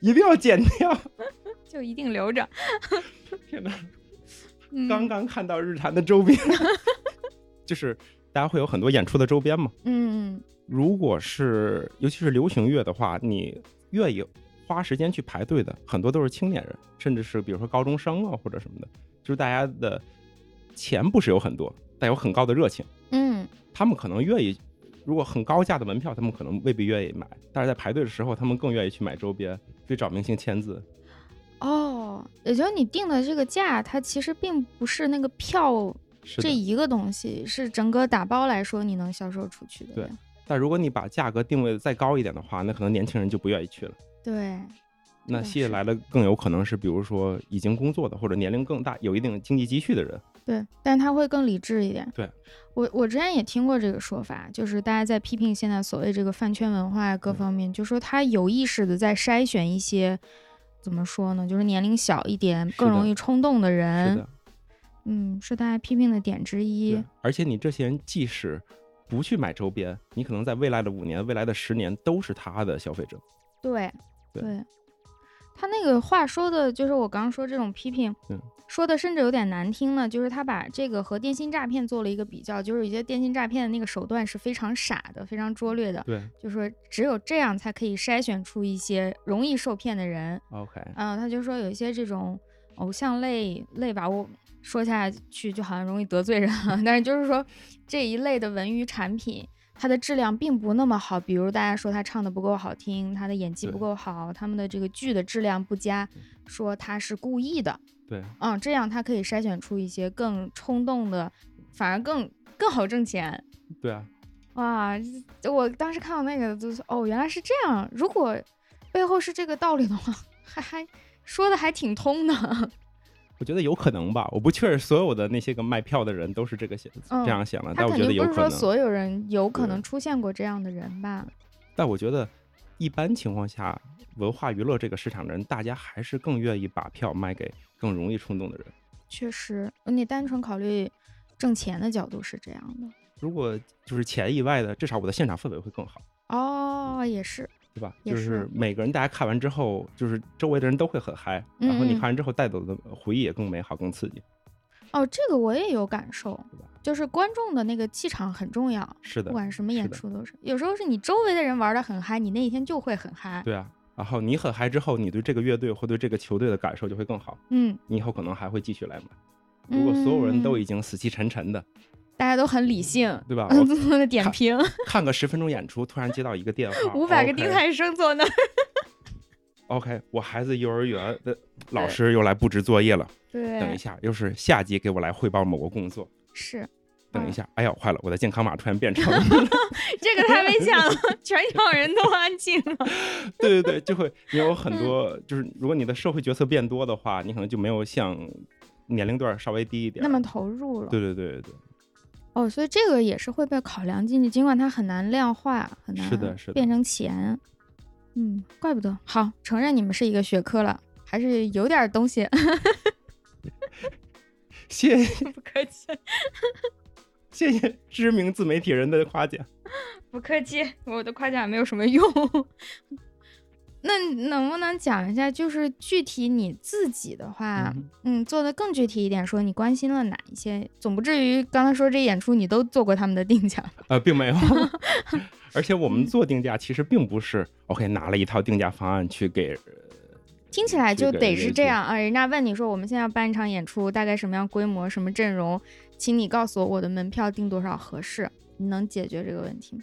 [SPEAKER 2] 一定要剪掉。
[SPEAKER 1] 就一定留着。
[SPEAKER 2] 天哪，
[SPEAKER 1] 嗯、
[SPEAKER 2] 刚刚看到日坛的周边， 就是大家会有很多演出的周边嘛。
[SPEAKER 1] 嗯，
[SPEAKER 2] 如果是尤其是流行乐的话，你愿意花时间去排队的，很多都是青年人，甚至是比如说高中生啊或者什么的，就是大家的钱不是有很多，但有很高的热情，
[SPEAKER 1] 嗯，
[SPEAKER 2] 他们可能愿意。如果很高价的门票，他们可能未必愿意买，但是在排队的时候，他们更愿意去买周边，去找明星签字。
[SPEAKER 1] 哦，也就是你定的这个价，它其实并不是那个票
[SPEAKER 2] 是
[SPEAKER 1] 这
[SPEAKER 2] 的。
[SPEAKER 1] 一个东西，是整个打包来说你能销售出去的
[SPEAKER 2] 对
[SPEAKER 1] 呀。
[SPEAKER 2] 但如果你把价格定位再高一点的话，那可能年轻人就不愿意去了。
[SPEAKER 1] 对，
[SPEAKER 2] 那
[SPEAKER 1] 对
[SPEAKER 2] 吸引
[SPEAKER 1] 是
[SPEAKER 2] 来的更有可能是，比如说已经工作的或者年龄更大、有一定经济积蓄的人，
[SPEAKER 1] 对，但他会更理智一点。
[SPEAKER 2] 对，
[SPEAKER 1] 我我之前也听过这个说法，就是大家在批评现在所谓这个饭圈文化
[SPEAKER 2] 嗯
[SPEAKER 1] 各方面，就说他有意识的在筛选一些怎么说呢，就是年龄小一点、
[SPEAKER 2] 是
[SPEAKER 1] 更
[SPEAKER 2] 的
[SPEAKER 1] 容易冲动的
[SPEAKER 2] 是
[SPEAKER 1] 人。
[SPEAKER 2] 的，
[SPEAKER 1] 嗯，是大家批评的点之一
[SPEAKER 2] 对。。而且你这些人即使不去买周边，你可能在未来的五年、未来的十年都是他的消费者。
[SPEAKER 1] 对
[SPEAKER 2] 对
[SPEAKER 1] 他那个话说的，就是我刚刚说这种批评，
[SPEAKER 2] 嗯
[SPEAKER 1] 说的甚至有点难听呢，就是他把这个和电信诈骗做了一个比较，就是有些电信诈骗的那个手段是非常傻的，非常拙劣的，
[SPEAKER 2] 对
[SPEAKER 1] 就说只有这样才可以筛选出一些容易受骗的人。
[SPEAKER 2] ，OK，
[SPEAKER 1] 嗯、他就说有一些这种偶像类类吧，我说下去就好像容易得罪人了， 但是就是说这一类的文娱产品，它的质量并不那么好。比如大家说他唱的不够好听，他的演技不
[SPEAKER 2] 对
[SPEAKER 1] 够好，他们的这个剧的质量不佳，说他是故意的。
[SPEAKER 2] 对，
[SPEAKER 1] 嗯，这样他可以筛选出一些更冲动的，反而更更好挣钱。
[SPEAKER 2] 对啊，
[SPEAKER 1] 哇，这我当时看到那个就是哦，原来是这样。如果背后是这个道理的话， 还还说的还挺通的。
[SPEAKER 2] 我觉得有可能吧，我不确实所有的那些个卖票的人都是这个想、
[SPEAKER 1] 嗯
[SPEAKER 2] 这样想的，
[SPEAKER 1] 他
[SPEAKER 2] 但我
[SPEAKER 1] 肯
[SPEAKER 2] 觉得
[SPEAKER 1] 定
[SPEAKER 2] 有
[SPEAKER 1] 不是
[SPEAKER 2] 可
[SPEAKER 1] 说
[SPEAKER 2] 能。
[SPEAKER 1] 所有人有可
[SPEAKER 2] 对
[SPEAKER 1] 能出现过这样的人吧？
[SPEAKER 2] 但我觉得一般情况下，文化娱乐这个市场的人，大家还是更愿意把票卖给更容易冲动的人。
[SPEAKER 1] 确实，你单纯考虑挣钱的角度是这样的。
[SPEAKER 2] 如果就是钱以外的，至少我的现场氛围会更好，
[SPEAKER 1] 哦，也是，
[SPEAKER 2] 对吧？
[SPEAKER 1] 也
[SPEAKER 2] 就是是每个人大家看完之后，就是周围的人都会很嗨，
[SPEAKER 1] 嗯
[SPEAKER 2] 然后你
[SPEAKER 1] 嗯
[SPEAKER 2] 看完之后带走的回忆也更美好、更刺激，
[SPEAKER 1] 哦，这个我也有感受
[SPEAKER 2] 对吧，
[SPEAKER 1] 就是观众的那个气场很重要，
[SPEAKER 2] 是
[SPEAKER 1] 不
[SPEAKER 2] 的，
[SPEAKER 1] 管什么
[SPEAKER 2] 是
[SPEAKER 1] 演
[SPEAKER 2] 的
[SPEAKER 1] 出都是。有时候是你周围的人玩的很嗨，你那一天就会很嗨。
[SPEAKER 2] 对啊。然后你很嗨之后，你对这个乐队或对这个球队的感受就会更好，
[SPEAKER 1] 嗯，
[SPEAKER 2] 你以后可能还会继续来买。如果所有人都
[SPEAKER 1] 嗯
[SPEAKER 2] 已经死气沉沉的，
[SPEAKER 1] 大家都很理性，
[SPEAKER 2] 对吧？我
[SPEAKER 1] 嗯的点评，，
[SPEAKER 2] 看个十分钟演出，突然接到一个电话
[SPEAKER 1] 五百个
[SPEAKER 2] 啊 OK
[SPEAKER 1] 丁太生坐那儿。
[SPEAKER 2] OK，我孩子幼儿园的老师又来布置作业了。等一
[SPEAKER 1] 对，
[SPEAKER 2] 下，又是下级给我来汇报某个工作。
[SPEAKER 1] 是
[SPEAKER 2] 等一
[SPEAKER 1] 嗯
[SPEAKER 2] 下，哎呀，坏了，我的健康码突然变长。
[SPEAKER 1] 这个太危险了， 全场人都安静了。
[SPEAKER 2] 对对对，就会你有
[SPEAKER 1] 嗯
[SPEAKER 2] 很多，就是如果你的社会角色变多的话，你可能就没有像年龄段稍微低一点。
[SPEAKER 1] 那么，投入了，
[SPEAKER 2] 对对对对对，
[SPEAKER 1] 哦，所以这个也是会被考量进去，尽管它很难量化，很难
[SPEAKER 2] 是的是的
[SPEAKER 1] 变成钱。嗯，怪不得。好，承认你们是一个学科了，还是有点东西。
[SPEAKER 2] 谢
[SPEAKER 1] 不客气，
[SPEAKER 2] 谢谢知名自媒体人的夸奖。
[SPEAKER 1] 不客气，我的夸奖没有什么用。 那能不能讲一下，就是具体你自己的话，
[SPEAKER 2] 嗯
[SPEAKER 1] 嗯，做的更具体一点，说你关心了哪一些，总不至于刚才说这演出你都做过他们的定价。
[SPEAKER 2] 呃，并没有。 而且我们做定价其实并不是 OK 拿了一套定价方案去给
[SPEAKER 1] 听起来就
[SPEAKER 2] 这个
[SPEAKER 1] 得
[SPEAKER 2] 也
[SPEAKER 1] 是
[SPEAKER 2] 是
[SPEAKER 1] 这样啊！人家问你说我们现在要办一场演出，大概什么样规模、什么阵容，请你告诉我我的门票订多少合适？你能解决这个问题吗？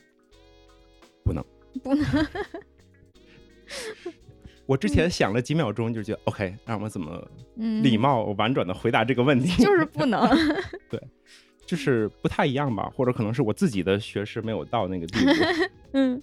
[SPEAKER 2] 不能，
[SPEAKER 1] 不能。
[SPEAKER 2] 我之前想了几秒钟，就觉得 OK，让我怎么
[SPEAKER 1] 嗯，
[SPEAKER 2] 礼貌婉转的回答这个问题，
[SPEAKER 1] 就是不能。
[SPEAKER 2] 就是不太一样吧，或者可能是我自己的学识没有到那个地步。
[SPEAKER 1] 嗯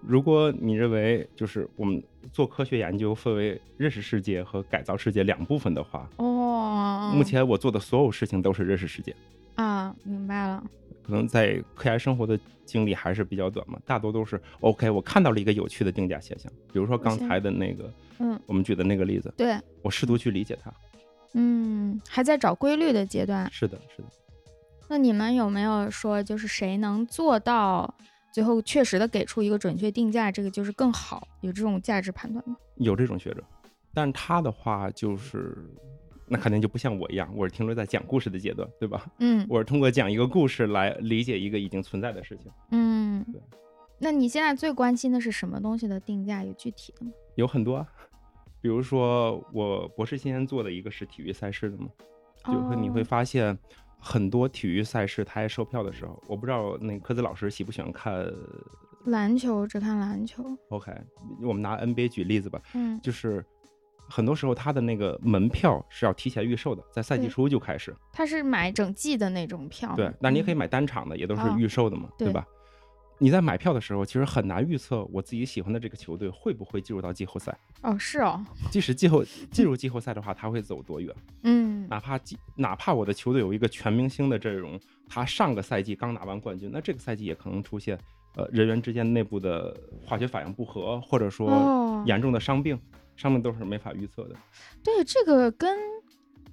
[SPEAKER 2] 如果你认为就是我们做科学研究分为认识世界和改造世界两部分的话，
[SPEAKER 1] 哦，
[SPEAKER 2] 目前我做的所有事情都是认识世界，
[SPEAKER 1] 啊，明白了。
[SPEAKER 2] 可能在科研生活的经历还是比较短嘛，大多都是 OK，我看到了一个有趣的定价现象，比如说刚才的那个
[SPEAKER 1] 嗯，
[SPEAKER 2] 我们举的那个例子，
[SPEAKER 1] 对，
[SPEAKER 2] 我试图去理解它。
[SPEAKER 1] 嗯，还在找规律的阶段。
[SPEAKER 2] 是的，是的，
[SPEAKER 1] 那你们有没有说，就是谁能做到最后确实的给出一个准确定价，这个就是更好？有这种价值判断吗？
[SPEAKER 2] 有这种学者，但是他的话就是。那肯定就不像我一样，我是停留在讲故事的阶段，对吧？
[SPEAKER 1] 嗯
[SPEAKER 2] 我是通过讲一个故事来理解一个已经存在的事情。
[SPEAKER 1] 嗯
[SPEAKER 2] 对，
[SPEAKER 1] 那你现在最关心的是什么东西的定价？有具体的吗？
[SPEAKER 2] 有很多、啊，比如说我博士期间做的一个是体育赛事的嘛，就会你会
[SPEAKER 1] 哦
[SPEAKER 2] 发现很多体育赛事它在售票的时候，我不知道那个科子老师喜不喜欢看。
[SPEAKER 1] 篮球只看篮球，
[SPEAKER 2] OK，我们拿 NBA 举例子吧，
[SPEAKER 1] 嗯
[SPEAKER 2] 就是很多时候它的那个门票是要提前预售的，在赛季
[SPEAKER 1] 对
[SPEAKER 2] 初就开始。
[SPEAKER 1] 他是买整季的那种票吗，
[SPEAKER 2] 对，那你也可以
[SPEAKER 1] 嗯
[SPEAKER 2] 买单场的，也都是
[SPEAKER 1] 哦
[SPEAKER 2] 预售的嘛，
[SPEAKER 1] 对
[SPEAKER 2] 吧？你在买票的时候，其实很难预测我自己喜欢的这个球队会不会进入到季后赛。
[SPEAKER 1] 哦，是哦，
[SPEAKER 2] 即使季后进入季后赛的话，他会走多远？
[SPEAKER 1] 嗯
[SPEAKER 2] 哪怕季哪怕我的球队有一个全明星的阵容，他上个赛季刚拿完冠军，那这个赛季也可能出现呃人员之间内部的化学反应不和，或者说
[SPEAKER 1] 哦，
[SPEAKER 2] 严重的伤病，伤病都是没法预测的。
[SPEAKER 1] 对，这个跟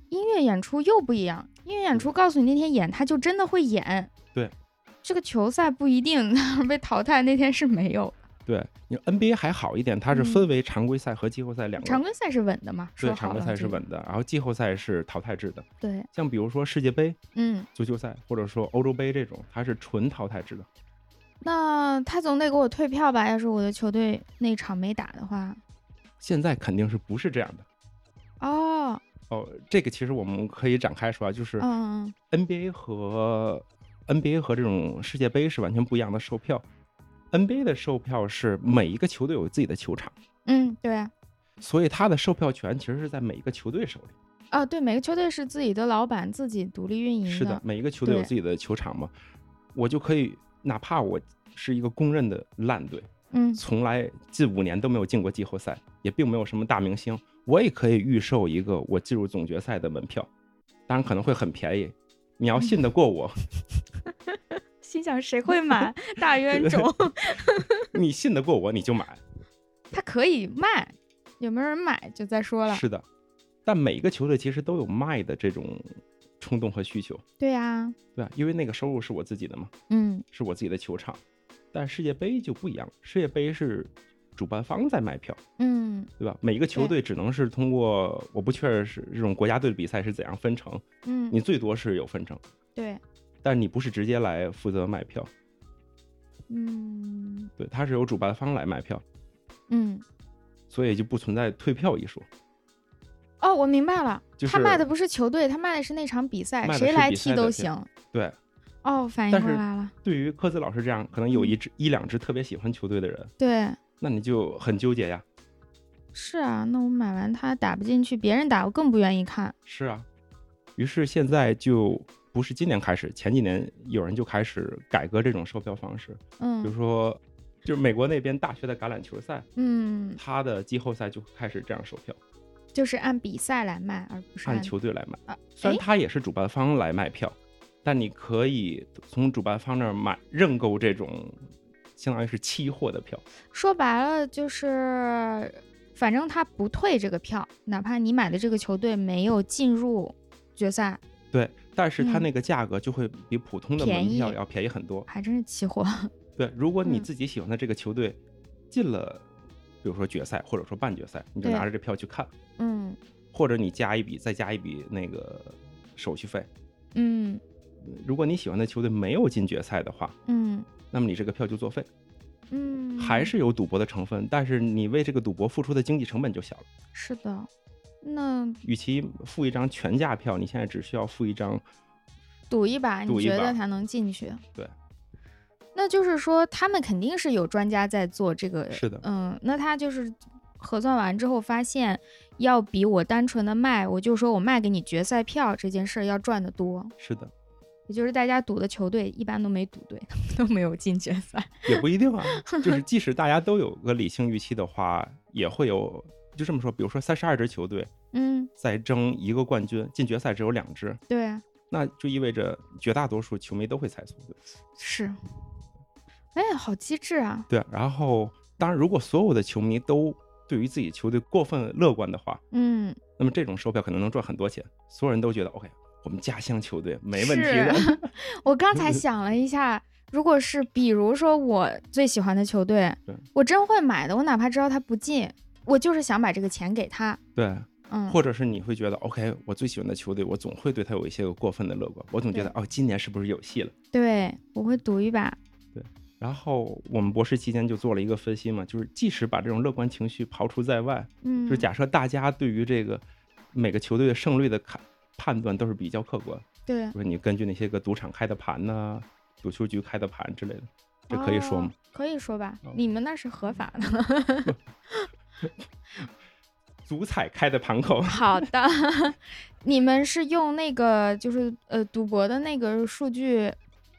[SPEAKER 1] 音乐演出又不一样。音乐演出告诉你那天演，他就真的会演。
[SPEAKER 2] 嗯对，
[SPEAKER 1] 这个球赛不一定 被淘汰那天是没有的，
[SPEAKER 2] 对，你说 NBA 还好一点，它是
[SPEAKER 1] 嗯
[SPEAKER 2] 分为常规赛和季后赛两个，
[SPEAKER 1] 常规赛是稳的嘛？
[SPEAKER 2] 对
[SPEAKER 1] 说
[SPEAKER 2] 常
[SPEAKER 1] 好
[SPEAKER 2] 规
[SPEAKER 1] 了
[SPEAKER 2] 赛是
[SPEAKER 1] 就
[SPEAKER 2] 稳的，然后季后赛是淘汰制的。
[SPEAKER 1] 对，
[SPEAKER 2] 像比如说世界杯、
[SPEAKER 1] 嗯，
[SPEAKER 2] 足球赛，或者说欧洲杯这种，它是纯淘汰制的。
[SPEAKER 1] 那他总得给我退票吧？要是我的球队那场没打的话，
[SPEAKER 2] 现在肯定是不是这样的
[SPEAKER 1] 哦，
[SPEAKER 2] 哦？这个其实我们可以展开说啊，就是
[SPEAKER 1] 嗯，
[SPEAKER 2] NBA 和 NBA 和这种世界杯是完全不一样的售票。NBA 的售票是每一个球队有自己的球场，
[SPEAKER 1] 嗯，对啊，
[SPEAKER 2] 所以它的售票权其实是在每一个球队手里。
[SPEAKER 1] 啊，对，每个球队是自己的老板，自己独立运营
[SPEAKER 2] 是的，，每一个球队有
[SPEAKER 1] 对
[SPEAKER 2] 自己的球场嘛，我就可以，哪怕我是一个公认的烂队，
[SPEAKER 1] 嗯，
[SPEAKER 2] 从来近五年都没有进过季后赛，也并没有什么大明星，我也可以预售一个我进入总决赛的门票，当然可能会很便宜。你要信得过我，
[SPEAKER 1] 心想谁会买大冤种？
[SPEAKER 2] 你信得过我，你就买。
[SPEAKER 1] 他可以卖，有没有人买就再说了。
[SPEAKER 2] 是的，但每一个球队其实都有卖的这种冲动和需求，
[SPEAKER 1] 对啊呀，
[SPEAKER 2] 对吧？因为那个收入是我自己的嘛，
[SPEAKER 1] 嗯，
[SPEAKER 2] 是我自己的球场。但世界杯就不一样，世界杯是主办方在卖票。
[SPEAKER 1] 嗯
[SPEAKER 2] 对吧？每一个球
[SPEAKER 1] 对
[SPEAKER 2] 队只能是通过，我不确认是这种国家队的比赛是怎样分成，
[SPEAKER 1] 嗯，
[SPEAKER 2] 你最多是有分成，
[SPEAKER 1] 对，
[SPEAKER 2] 但你不是直接来负责卖票，
[SPEAKER 1] 嗯
[SPEAKER 2] 对，它是由主办方来卖票，
[SPEAKER 1] 嗯，
[SPEAKER 2] 所以就不存在退票一说，
[SPEAKER 1] 哦，我明白了，
[SPEAKER 2] 就是
[SPEAKER 1] 他卖的不是球队，他卖的是那场比赛，
[SPEAKER 2] 卖的
[SPEAKER 1] 谁
[SPEAKER 2] 是
[SPEAKER 1] 来
[SPEAKER 2] 比
[SPEAKER 1] 踢
[SPEAKER 2] 赛
[SPEAKER 1] 都
[SPEAKER 2] 的
[SPEAKER 1] 行
[SPEAKER 2] 票。对。
[SPEAKER 1] 哦，反应
[SPEAKER 2] 但
[SPEAKER 1] 过
[SPEAKER 2] 是
[SPEAKER 1] 来了，
[SPEAKER 2] 对于科兹老师这样，可能有一
[SPEAKER 1] 嗯
[SPEAKER 2] 支一两支特别喜欢球队的人，
[SPEAKER 1] 对，
[SPEAKER 2] 那你就很纠结呀。
[SPEAKER 1] 是啊，那我买完他打不进去，别人打我更不愿意看。
[SPEAKER 2] 是啊，于是现在就不是今年开始，前几年有人就开始改革这种售票方式，比如
[SPEAKER 1] 嗯
[SPEAKER 2] 说，就是美国那边大学的橄榄球赛，
[SPEAKER 1] 嗯，
[SPEAKER 2] 它的季后赛就开始这样售票。
[SPEAKER 1] 就是按比赛来卖，而不是
[SPEAKER 2] 按球队来买。
[SPEAKER 1] 啊，
[SPEAKER 2] 虽
[SPEAKER 1] 哎
[SPEAKER 2] 然，它也是主办方来卖票，但你可以从主办方那儿买认购这种，相当于是期货的票。
[SPEAKER 1] 说白了就是，反正他不退这个票，哪怕你买的这个球队没有进入决赛，
[SPEAKER 2] 对，但是它
[SPEAKER 1] 嗯
[SPEAKER 2] 那个价格就会比普通的
[SPEAKER 1] 便
[SPEAKER 2] 门票
[SPEAKER 1] 宜
[SPEAKER 2] 要便宜很多。
[SPEAKER 1] 还真是期货。
[SPEAKER 2] 对，如果你
[SPEAKER 1] 嗯
[SPEAKER 2] 自己喜欢的这个球队进了，比如说决赛或者说半决赛，你就
[SPEAKER 1] 对
[SPEAKER 2] 拿着这票去看，
[SPEAKER 1] 嗯
[SPEAKER 2] 或者你加一笔再加一笔那个手续费。
[SPEAKER 1] 嗯
[SPEAKER 2] 如果你喜欢的球队没有进决赛的话，
[SPEAKER 1] 嗯
[SPEAKER 2] 那么你这个票就作废，
[SPEAKER 1] 嗯，
[SPEAKER 2] 还是有赌博的成分，但是你为这个赌博付出的经济成本就小了。
[SPEAKER 1] 是的。那
[SPEAKER 2] 与其付一张全价票，你现在只需要付一张，
[SPEAKER 1] 赌一把，
[SPEAKER 2] 赌
[SPEAKER 1] 你
[SPEAKER 2] 一
[SPEAKER 1] 觉得
[SPEAKER 2] 把
[SPEAKER 1] 他能进去？
[SPEAKER 2] 对。
[SPEAKER 1] 那就是说，他们肯定是有专家在做这个。
[SPEAKER 2] 是的
[SPEAKER 1] 嗯，那他就是核算完之后发现，要比我单纯的卖，我就说我卖给你决赛票这件事儿要赚得多。
[SPEAKER 2] 是的，
[SPEAKER 1] 也就是大家赌的球队一般都没赌对， 都没有进决赛。
[SPEAKER 2] 也不一 定啊。就是即使大家都有个理性预期的话，也会有就这么说，比如说三十二支球队
[SPEAKER 1] 嗯，
[SPEAKER 2] 在争一个冠军，进决赛只有两支，
[SPEAKER 1] 对，啊
[SPEAKER 2] 那就意味着绝大多数球迷都会猜错。
[SPEAKER 1] 是。哎，好机智啊！
[SPEAKER 2] 对，然后当然，如果所有的球迷都对于自己球队过分乐观的话，
[SPEAKER 1] 嗯，
[SPEAKER 2] 那么这种售票可能能赚很多钱。所有人都觉得 OK，我们家乡球队没问题
[SPEAKER 1] 是
[SPEAKER 2] 的。
[SPEAKER 1] 我刚才想了一下，如果是比如说我最喜欢的球队
[SPEAKER 2] 对，
[SPEAKER 1] 我真会买的，我哪怕知道他不进，我就是想把这个钱给他。
[SPEAKER 2] 对，
[SPEAKER 1] 嗯，
[SPEAKER 2] 或者是你会觉得 OK，我最喜欢的球队，我总会对他有一些个过分的乐观，我总觉得哦，今年是不是有戏了？
[SPEAKER 1] 对，我会赌一把。
[SPEAKER 2] 然后我们博士期间就做了一个分析嘛，就是即使把这种乐观情绪刨除在外，
[SPEAKER 1] 嗯，
[SPEAKER 2] 就假设大家对于这个每个球队的胜率的看判断都是比较客观，
[SPEAKER 1] 对，
[SPEAKER 2] 就是你根据那些个赌场开的盘呐、赌球局开的盘之类的，这可以说吗
[SPEAKER 1] 哦？？可以说吧
[SPEAKER 2] 哦，
[SPEAKER 1] 你们那是合法 的。
[SPEAKER 2] 足彩开的盘口，
[SPEAKER 1] 好的， 你们是用那个就是呃赌博的那个数据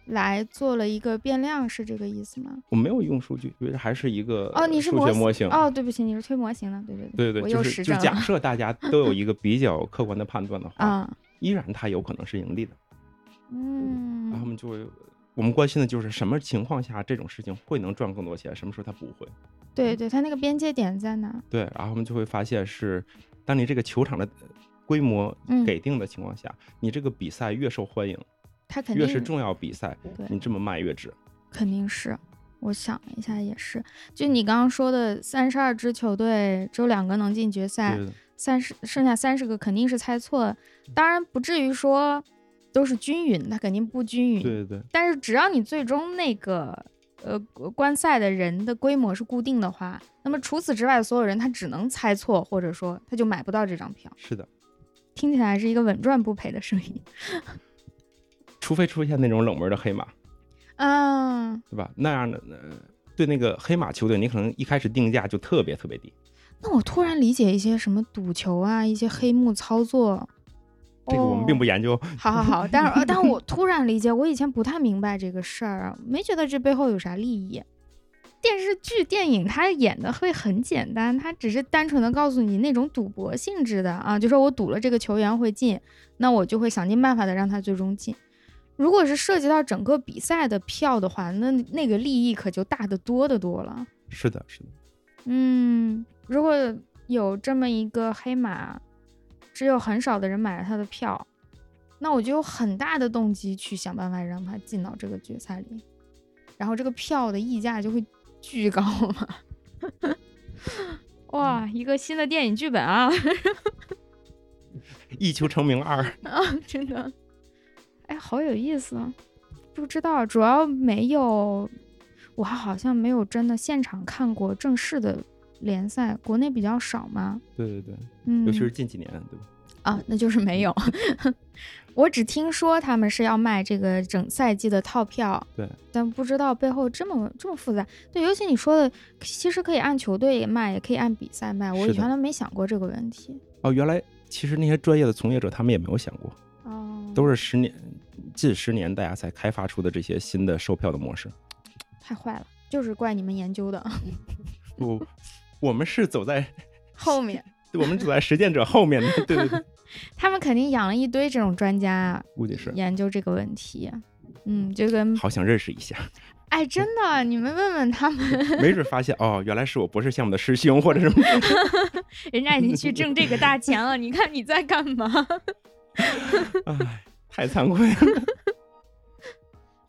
[SPEAKER 1] 来做了一个变量，是这个意思吗？
[SPEAKER 2] 我没有用数据，因为还是一个
[SPEAKER 1] 哦，你是
[SPEAKER 2] 数学模
[SPEAKER 1] 型
[SPEAKER 2] 型。
[SPEAKER 1] 哦，对不起，你是推模型的，对对
[SPEAKER 2] 对
[SPEAKER 1] 我
[SPEAKER 2] 对，
[SPEAKER 1] 又
[SPEAKER 2] 就
[SPEAKER 1] 实
[SPEAKER 2] 是就
[SPEAKER 1] 战
[SPEAKER 2] 是
[SPEAKER 1] 了
[SPEAKER 2] 假设大家都 有一个比较客观的判断的话，
[SPEAKER 1] 啊，
[SPEAKER 2] 依然它有可能是盈利的。然后我
[SPEAKER 1] 嗯
[SPEAKER 2] 们就会，我们关心的就是什么情况下这种事情会能赚更多钱，什么时候它不会。嗯
[SPEAKER 1] 对对，它那个边界点在哪？
[SPEAKER 2] 对，然后我们就会发现是，当你这个球场的呃规模
[SPEAKER 1] 嗯
[SPEAKER 2] 给定的情况下，你这个比赛越受欢迎，
[SPEAKER 1] 它肯定
[SPEAKER 2] 越是重嗯要比赛，
[SPEAKER 1] 对
[SPEAKER 2] 你这么卖越值。
[SPEAKER 1] 肯定是。我想了一下，也是，就你刚刚说的，三十二支球队只有两个能进决赛
[SPEAKER 2] 对，嗯对
[SPEAKER 1] 三十剩下三十个肯定是猜错的，当然不至于说都是均匀，它肯定不均匀。
[SPEAKER 2] 对对
[SPEAKER 1] 但是只要你最终那个呃观赛的人的规模是固定的话，那么除此之外，所有人他只能猜错，或者说他就买不到这张票。
[SPEAKER 2] 是的，
[SPEAKER 1] 听起来是一个稳赚不赔的生意。
[SPEAKER 2] 除非出现那种冷门的黑马，
[SPEAKER 1] 嗯，
[SPEAKER 2] 对吧？那样的呃，对那个黑马球队，你可能一开始定价就特别特别低，
[SPEAKER 1] 那我突然理解一些什么赌球啊，一些黑幕操作。
[SPEAKER 2] 这个我们
[SPEAKER 1] 哦
[SPEAKER 2] 并不研究。
[SPEAKER 1] 好好好，但是呃但我突然理解，我以前不太明白这个事儿，啊，没觉得这背后有啥利益。电视剧、电影它演的会很简单，它只是单纯的告诉你那种赌博性质的啊，就说我赌了这个球员会进，那我就会想尽办法的让他最终进。如果是涉及到整个比赛的票的话，那那个利益可就大得多得多了。
[SPEAKER 2] 是的，是的，
[SPEAKER 1] 嗯，如果有这么一个黑马，只有很少的人买了他的票，那我就有很大的动机去想办法让他进到这个决赛里，然后这个票的溢价就会巨高嘛。 哇，
[SPEAKER 2] 嗯
[SPEAKER 1] 一个新的电影剧本啊！
[SPEAKER 2] 一球成名二。
[SPEAKER 1] 啊，真的，哎，好有意思啊！不知道，主要没有，我好像没有真的现场看过正式的联赛，国内比较少嘛。
[SPEAKER 2] 对 对对，
[SPEAKER 1] 嗯，
[SPEAKER 2] 尤其是近几年，对吧？
[SPEAKER 1] 啊，那就是没有。 我只听说他们是要卖这个整赛季的套票，
[SPEAKER 2] 对，
[SPEAKER 1] 但不知道背后这么这么复杂。对，尤其你说的，其实可以按球队卖，也可以按比赛卖。我
[SPEAKER 2] 是的
[SPEAKER 1] 原来没想过这个问题。
[SPEAKER 2] 哦，原来其实那些专业的从业者他们也没有想过，
[SPEAKER 1] 哦，
[SPEAKER 2] 都是十年近十年大家才开发出的这些新的售票的模式。
[SPEAKER 1] 太坏了，就是怪你们研究 的
[SPEAKER 2] 我我们是走在
[SPEAKER 1] 后面。
[SPEAKER 2] 我们走在实践者后面的，对 对对，
[SPEAKER 1] 他们肯定养了一堆这种专家啊，
[SPEAKER 2] 估计是
[SPEAKER 1] 研究这个问题。嗯，就跟
[SPEAKER 2] 好想认识 一下，
[SPEAKER 1] 哎，真的，
[SPEAKER 2] 嗯
[SPEAKER 1] 你们问问他们，
[SPEAKER 2] 没准发现哦，原来是我博士项目的师兄或者什么。
[SPEAKER 1] 人家已经去挣这个大钱了，你看你在干嘛？
[SPEAKER 2] 哎，太惭愧了。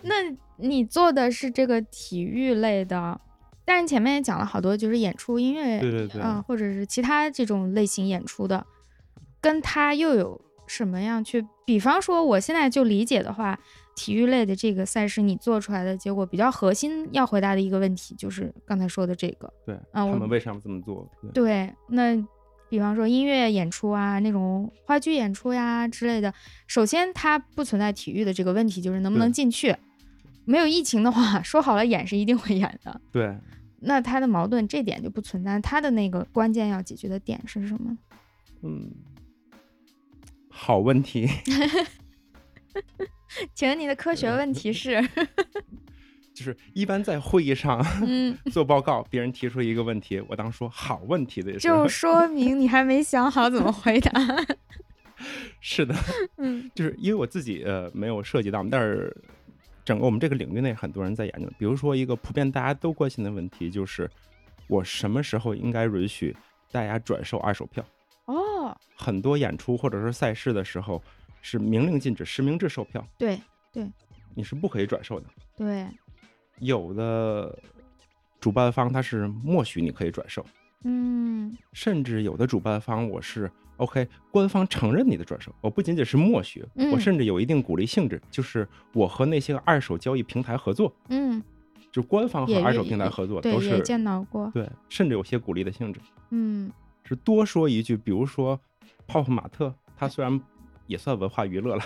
[SPEAKER 1] 那你做的是这个体育类的，但是前面也讲了好多，就是演出、音乐，
[SPEAKER 2] 对对哦对，
[SPEAKER 1] 嗯、或者是其他这种类型演出的，跟它又有什么样去？比方说，我现在就理解的话，体育类的这个赛事，你做出来的结果比较核心要回答的一个问题，就是刚才说的这个。
[SPEAKER 2] 对，
[SPEAKER 1] 啊我
[SPEAKER 2] 他们为什么这么做？哦对
[SPEAKER 1] 对，那比方说音乐演出啊，那种话剧演出呀之类的，首先它不存在体育的这个问题，就是能不能
[SPEAKER 2] 对
[SPEAKER 1] 进去。没有疫情的话，说好了演是一定会演的，
[SPEAKER 2] 对，
[SPEAKER 1] 那它的矛盾这点就不存在。它的那个关键要解决的点是什么？
[SPEAKER 2] 嗯，好问题。
[SPEAKER 1] 请问你的科学问题是？
[SPEAKER 2] 就是一般在会议上
[SPEAKER 1] 嗯，
[SPEAKER 2] 做报告，别人提出一个问题，我当说好问题的意思，
[SPEAKER 1] 就说明你还没想好怎么回答。
[SPEAKER 2] 是的，
[SPEAKER 1] 嗯
[SPEAKER 2] 就是因为我自己呃没有涉及到，但是整个我们这个领域内很多人在研究，比如说一个普遍大家都关心的问题就是，我什么时候应该允许大家转售二手票？
[SPEAKER 1] 哦，
[SPEAKER 2] 很多演出或者是赛事的时候是明令禁止实名制售票，
[SPEAKER 1] 对
[SPEAKER 2] 你是不可以转售的。
[SPEAKER 1] 对，
[SPEAKER 2] 有的主办方他是默许你可以转售，
[SPEAKER 1] 嗯
[SPEAKER 2] 甚至有的主办方我是 OK，官方承认你的转售，我不仅仅是默许，
[SPEAKER 1] 嗯
[SPEAKER 2] 我甚至有一定鼓励性质，就是我和那些二手交易平台合作，
[SPEAKER 1] 嗯，
[SPEAKER 2] 就官方和
[SPEAKER 1] 也
[SPEAKER 2] 二手平台合作
[SPEAKER 1] 对
[SPEAKER 2] 都
[SPEAKER 1] 也
[SPEAKER 2] 是
[SPEAKER 1] 见到过，
[SPEAKER 2] 对，甚至有些鼓励的性质。
[SPEAKER 1] 嗯
[SPEAKER 2] 是多说一句，比如说泡泡玛特，它虽然也算文化娱乐了，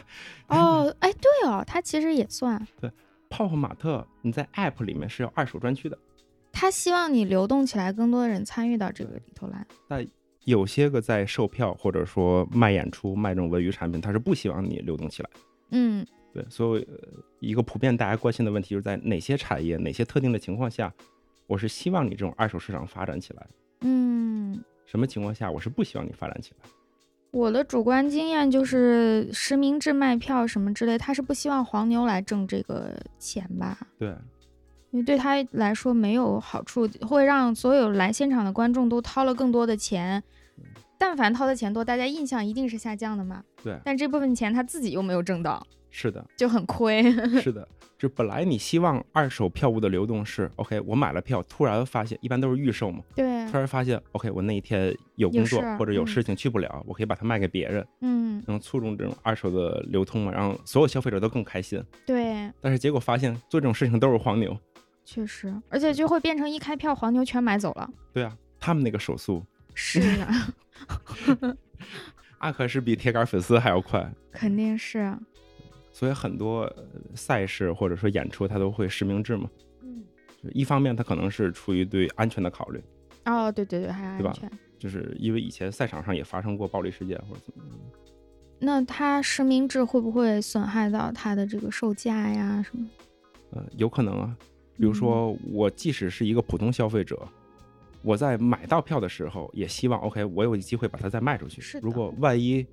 [SPEAKER 1] 哦，哎对哦，它其实也算。
[SPEAKER 2] 泡泡玛特你在 App 里面是有二手专区的，
[SPEAKER 1] 他希望你流动起来，更多的人参与到这个里头来。
[SPEAKER 2] 有些个在售票或者说卖演出、卖这种文娱产品，它是不希望你流动起来的。
[SPEAKER 1] 嗯，
[SPEAKER 2] 对，所以呃一个普遍大家关心的问题就是在哪些产业、哪些特定的情况下，我是希望你这种二手市场发展起来，
[SPEAKER 1] 嗯，
[SPEAKER 2] 什么情况下我是不希望你发展起来？
[SPEAKER 1] 我的主观经验就是实名制卖票什么之类，他是不希望黄牛来挣这个钱吧？
[SPEAKER 2] 对，
[SPEAKER 1] 因为对他来说没有好处，会让所有来现场的观众都掏了更多的钱。但凡掏的钱多，大家印象一定是下降的嘛。
[SPEAKER 2] 对
[SPEAKER 1] 但这部分钱他自己又没有挣到，
[SPEAKER 2] 是 的，
[SPEAKER 1] 就很亏。
[SPEAKER 2] 是的，就本来你希望二手票务的流动是 OK，我买了票，突然发现一般都是预售嘛，
[SPEAKER 1] 对
[SPEAKER 2] 突，然发现 OK，我那一天嗯有
[SPEAKER 1] 有
[SPEAKER 2] 工作
[SPEAKER 1] 事儿
[SPEAKER 2] 或者有
[SPEAKER 1] 嗯
[SPEAKER 2] 事情去不了，我可以把它卖给别人，
[SPEAKER 1] 嗯，
[SPEAKER 2] 能促进这种二手的流通嘛，让所有消费者都更开心。
[SPEAKER 1] 对，
[SPEAKER 2] 但是结果发现做这种事情都是黄牛，
[SPEAKER 1] 确实，而且就会变成一开票黄牛全买走了。
[SPEAKER 2] 对啊，他们那个手速
[SPEAKER 1] 是啊，
[SPEAKER 2] 那可是比铁杆粉丝还要快，
[SPEAKER 1] 肯定是。啊
[SPEAKER 2] 所以很多呃赛事或者说演出它都会实名制嘛。
[SPEAKER 1] 嗯，
[SPEAKER 2] 就一方面，它可能是出于对安全的考虑，
[SPEAKER 1] 哦，对对对，还
[SPEAKER 2] 对吧
[SPEAKER 1] 安全。
[SPEAKER 2] 就是因为以前赛场上也发生过暴力事件或者怎么样。
[SPEAKER 1] 那他实名制会不会损害到他的这个售价呀什么？
[SPEAKER 2] 呃，有可能啊。比如说，
[SPEAKER 1] 嗯
[SPEAKER 2] 我即使是一个普通消费者，我在买到票的时候，也希望 OK，我有机会把它再卖出去。
[SPEAKER 1] 是的
[SPEAKER 2] 如果万一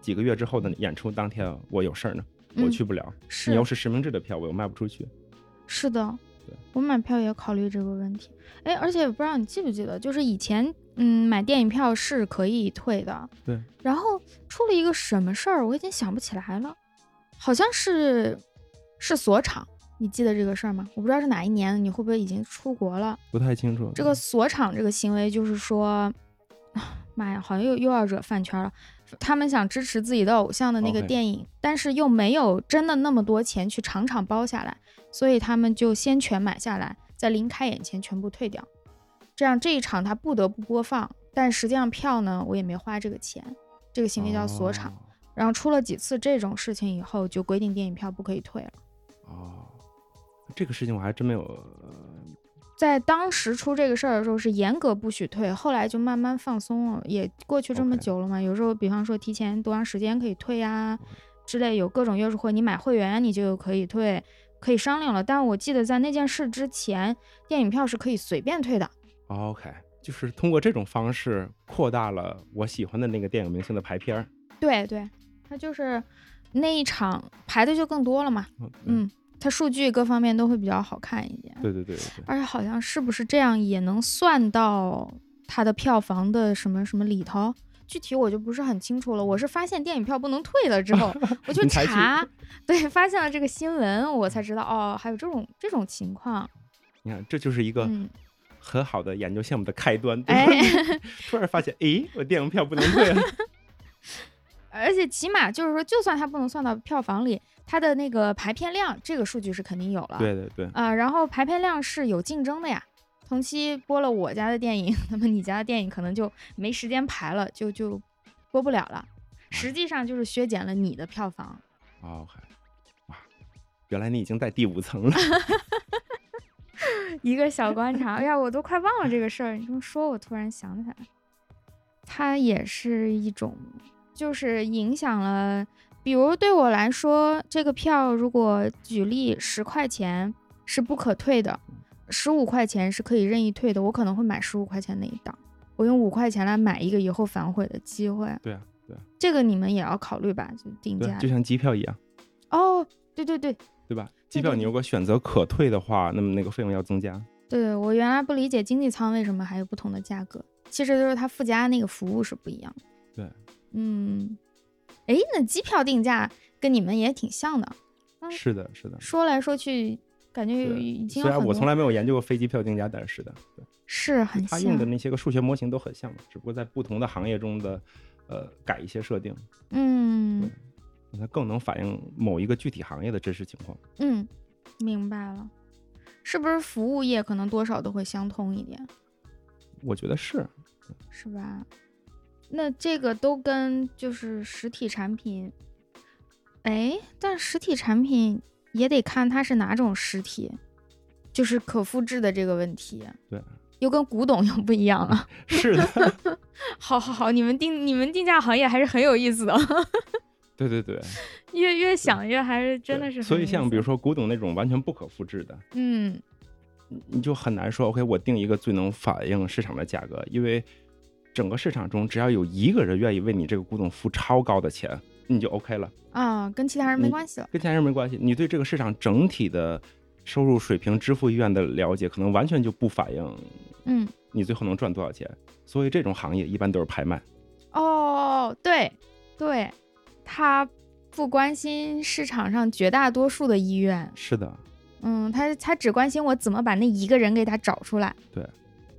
[SPEAKER 2] 几个月之后的演出当天啊我有事儿呢，我
[SPEAKER 1] 嗯
[SPEAKER 2] 去不了，
[SPEAKER 1] 是
[SPEAKER 2] 你又是实名制的票，我又卖不出去。
[SPEAKER 1] 是的
[SPEAKER 2] 对，
[SPEAKER 1] 我买票也考虑这个问题。哎，而且不知道你记不记得，就是以前嗯买电影票是可以退的，
[SPEAKER 2] 对。
[SPEAKER 1] 然后出了一个什么事儿，我已经想不起来了，好像是是锁场，你记得这个事儿吗？我不知道是哪一年，你会不会已经出国了？
[SPEAKER 2] 不太清楚
[SPEAKER 1] 这个锁场这个行为，就是说，妈呀，好像又又要惹饭圈了。他们想支持自己的偶像的那个
[SPEAKER 2] OK
[SPEAKER 1] 电影但是又没有真的那么多钱去场场包下来，所以他们就先全买下来，在临开演前全部退掉。这样这一场他不得不播放，但实际上票呢，我也没花这个钱。这个行为叫锁场。然后出了几次这种事情以后，就规定电影票不可以退了。
[SPEAKER 2] 哦。哦这个事情我还真没有，呃
[SPEAKER 1] 在当时出这个事儿的时候是严格不许退，后来就慢慢放松了，也过去这么
[SPEAKER 2] OK
[SPEAKER 1] 久了嘛。有时候，比方说提前多长时间可以退呀、之类，有各种优势会，你买会员你就可以退，可以商量了。但我记得在那件事之前，电影票是可以随便退的。
[SPEAKER 2] 哦 OK，就是通过这种方式扩大了我喜欢的那个电影明星的排片儿。
[SPEAKER 1] 对对，它就是那一场排的就更多了嘛，
[SPEAKER 2] 哦
[SPEAKER 1] 嗯，它数据各方面都会比较好看一点。
[SPEAKER 2] 对，对对对对。
[SPEAKER 1] 而且好像是不是这样也能算到它的票房的什么什么里头？具体我就不是很清楚了。我是发现电影票不能退了之后，我就
[SPEAKER 2] 你才去
[SPEAKER 1] 查，对，发现了这个新闻，我才知道哦，还有这种这种情况。
[SPEAKER 2] 你看，这就是一个
[SPEAKER 1] 嗯，
[SPEAKER 2] 很好的研究项目的开端。对吧
[SPEAKER 1] 哎，
[SPEAKER 2] 突然发现，诶，我电影票不能退啊了。
[SPEAKER 1] 而且起码就是说，就算它不能算到票房里，它的那个排片量这个数据是肯定有了。
[SPEAKER 2] 对对对，
[SPEAKER 1] 啊、然后排片量是有竞争的呀。同期播了我家的电影，那么你家的电影可能就没时间排了，就就播不了了。实际上就是削减了你的票房。
[SPEAKER 2] 哦，嗨哇，原来你已经在第五层了。
[SPEAKER 1] 一个小观察，哎呀，我都快忘了这个事儿。你这么说，我突然想起来，它也是一种，就是影响了。比如对我来说，这个票如果举例十块钱是不可退的，十五块钱是可以任意退的，我可能会买十五块钱那一档，我用五块钱来买一个以后反悔的机会。
[SPEAKER 2] 对啊，对啊，
[SPEAKER 1] 这个你们也要考虑吧，就定
[SPEAKER 2] 对
[SPEAKER 1] 价
[SPEAKER 2] 啊，就像机票一样，
[SPEAKER 1] 哦。对对对，
[SPEAKER 2] 对吧？
[SPEAKER 1] 对
[SPEAKER 2] 机票
[SPEAKER 1] 对
[SPEAKER 2] 你
[SPEAKER 1] 对
[SPEAKER 2] 如果选择可退的话，那么那个费用要增加。
[SPEAKER 1] 对我原来不理解经济舱为什么还有不同的价格，其实就是它附加那个服务是不一样的。
[SPEAKER 2] 对，
[SPEAKER 1] 嗯，诶，那机票定价跟你们也挺像的，嗯
[SPEAKER 2] 是的，是的。
[SPEAKER 1] 说来说去感觉
[SPEAKER 2] 对
[SPEAKER 1] 已经
[SPEAKER 2] 虽
[SPEAKER 1] 有
[SPEAKER 2] 然
[SPEAKER 1] 很
[SPEAKER 2] 我从
[SPEAKER 1] 多
[SPEAKER 2] 来没有研究过飞机票定价，但是是的，对
[SPEAKER 1] 是很
[SPEAKER 2] 它用的
[SPEAKER 1] 像，
[SPEAKER 2] 那些个数学模型都很像嘛，只不过在不同的行业中的呃改一些设定，
[SPEAKER 1] 嗯
[SPEAKER 2] 对让它更能反映某一个具体行业的真实情况。
[SPEAKER 1] 嗯，明白了，是不是服务业可能多少都会相通一点，
[SPEAKER 2] 我觉得是，
[SPEAKER 1] 是吧？那这个都跟就是实体产品，哎，但实体产品也得看它是哪种实体，就是可复制的这个问题。
[SPEAKER 2] 对，
[SPEAKER 1] 又跟古董又不一样 了。
[SPEAKER 2] 是的。
[SPEAKER 1] 好好好，你们定你们定价行业还是很有意思的。
[SPEAKER 2] 对对对，
[SPEAKER 1] 越越想越还是 真的
[SPEAKER 2] 对
[SPEAKER 1] 是很有意思。
[SPEAKER 2] 所以像比如说古董那种完全不可复制的，
[SPEAKER 1] 嗯，
[SPEAKER 2] 你你就很难说 OK，我定一个最能反映市场的价格，因为整个市场中只要有一个人愿意为你这个古董付超高的钱，你就 OK 了，
[SPEAKER 1] 啊，跟其他人没
[SPEAKER 2] 你
[SPEAKER 1] 关系了。
[SPEAKER 2] 跟其他人没关系。你对这个市场整体的收入水平、支付意愿的了解，可能完全就不反映
[SPEAKER 1] 嗯，
[SPEAKER 2] 你最后能赚多少钱。所以这种行业一般都是拍卖，
[SPEAKER 1] 哦，对对，他不关心市场上绝大多数的医院，
[SPEAKER 2] 是的，
[SPEAKER 1] 嗯，他他只关心我怎么把那一个人给他找出来。
[SPEAKER 2] 对，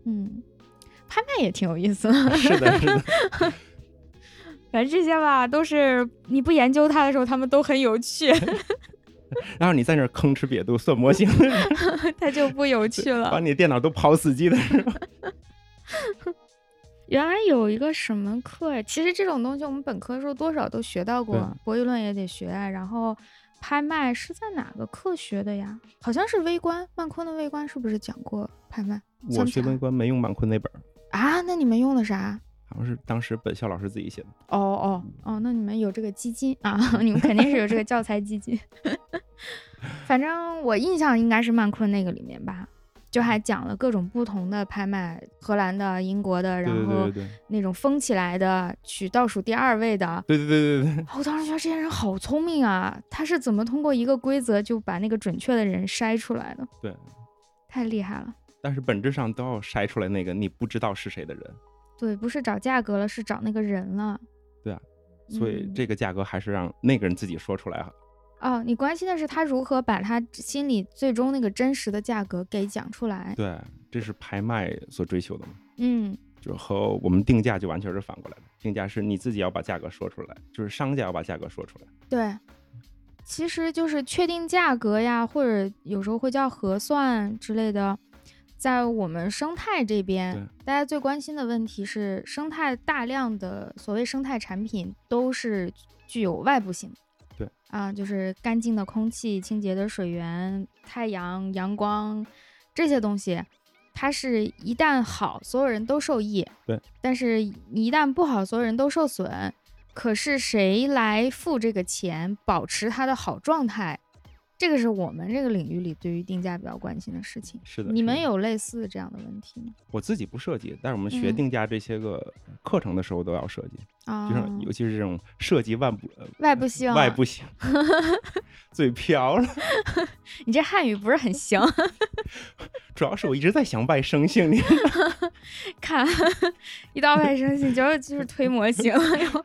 [SPEAKER 1] 嗯，拍卖也挺有意思的，
[SPEAKER 2] 是的，是的。
[SPEAKER 1] 反正这些吧，都是你不研究它的时候，他们都很有 趣，
[SPEAKER 2] 然后你在那儿吭哧瘪肚算模型，
[SPEAKER 1] 它就不有趣
[SPEAKER 2] 把
[SPEAKER 1] 了。
[SPEAKER 2] 你电脑都跑死机的时候，
[SPEAKER 1] 原来有一个什么课，其实这种东西我们本科的时候多少都学到过
[SPEAKER 2] 对，
[SPEAKER 1] 博弈论也得学啊，然后。拍卖是在哪个课学的呀？好像是微观，万坤的微观是不是讲过拍卖？
[SPEAKER 2] 我学微观没用满坤那本儿，
[SPEAKER 1] 啊，那你们用的啥？
[SPEAKER 2] 好像是当时本校老师自己写的。
[SPEAKER 1] 哦哦哦，那你们有这个基金啊？ 你们肯定是有这个教材基金。 反正我印象应该是曼昆那个里面吧，就还讲了各种不同的拍卖，荷兰的、英国的，
[SPEAKER 2] 对
[SPEAKER 1] 然
[SPEAKER 2] 对
[SPEAKER 1] 后
[SPEAKER 2] 对对
[SPEAKER 1] 那种封起来的，取倒数第二位的。哦
[SPEAKER 2] 对对对对对对，
[SPEAKER 1] 我当时觉得这些人好聪明啊，他是怎么通过一个规则就把那个准确的人筛出来的？
[SPEAKER 2] 对，
[SPEAKER 1] 太厉害了。
[SPEAKER 2] 但是本质上都要筛出来那个你不知道是谁的人，
[SPEAKER 1] 对，不是找价格了，是找那个人了。
[SPEAKER 2] 对啊，所以
[SPEAKER 1] 嗯
[SPEAKER 2] 这个价格还是让那个人自己说出来哈。
[SPEAKER 1] 哦，你关心的是他如何把他心里最终那个真实的价格给讲出来。
[SPEAKER 2] 对，这是拍卖所追求的嘛，
[SPEAKER 1] 嗯，
[SPEAKER 2] 就是和我们定价就完全是反过来的。定价是你自己要把价格说出来，就是商家要把价格说出来。
[SPEAKER 1] 对，其实就是确定价格呀，或者有时候会叫核算之类的。在我们生态这边，大家最关心的问题是，生态大量的所谓生态产品都是具有外部性的。
[SPEAKER 2] 对
[SPEAKER 1] 啊，就是干净的空气、清洁的水源、太阳、阳光这些东西，它是一旦好，所有人都受益。
[SPEAKER 2] 对，
[SPEAKER 1] 但是你一旦不好，所有人都受损。可是谁来付这个钱，保持它的好状态，这个是我们这个领域里对于定价比较关心的事情。
[SPEAKER 2] 是的，
[SPEAKER 1] 你
[SPEAKER 2] 是
[SPEAKER 1] 们
[SPEAKER 2] 的
[SPEAKER 1] 有类似这样的问题吗？
[SPEAKER 2] 我自己不设计，但是我们学
[SPEAKER 1] 嗯
[SPEAKER 2] 定价这些个课程的时候都要设计，
[SPEAKER 1] 啊，
[SPEAKER 2] 就像尤其是这种涉及万不、呃
[SPEAKER 1] 外部性，啊
[SPEAKER 2] 外部性， 嘴瓢了。
[SPEAKER 1] 你这汉语不是很行，
[SPEAKER 2] 主要是我一直在想外生性， 你
[SPEAKER 1] 看一到外生性就是就是推模型，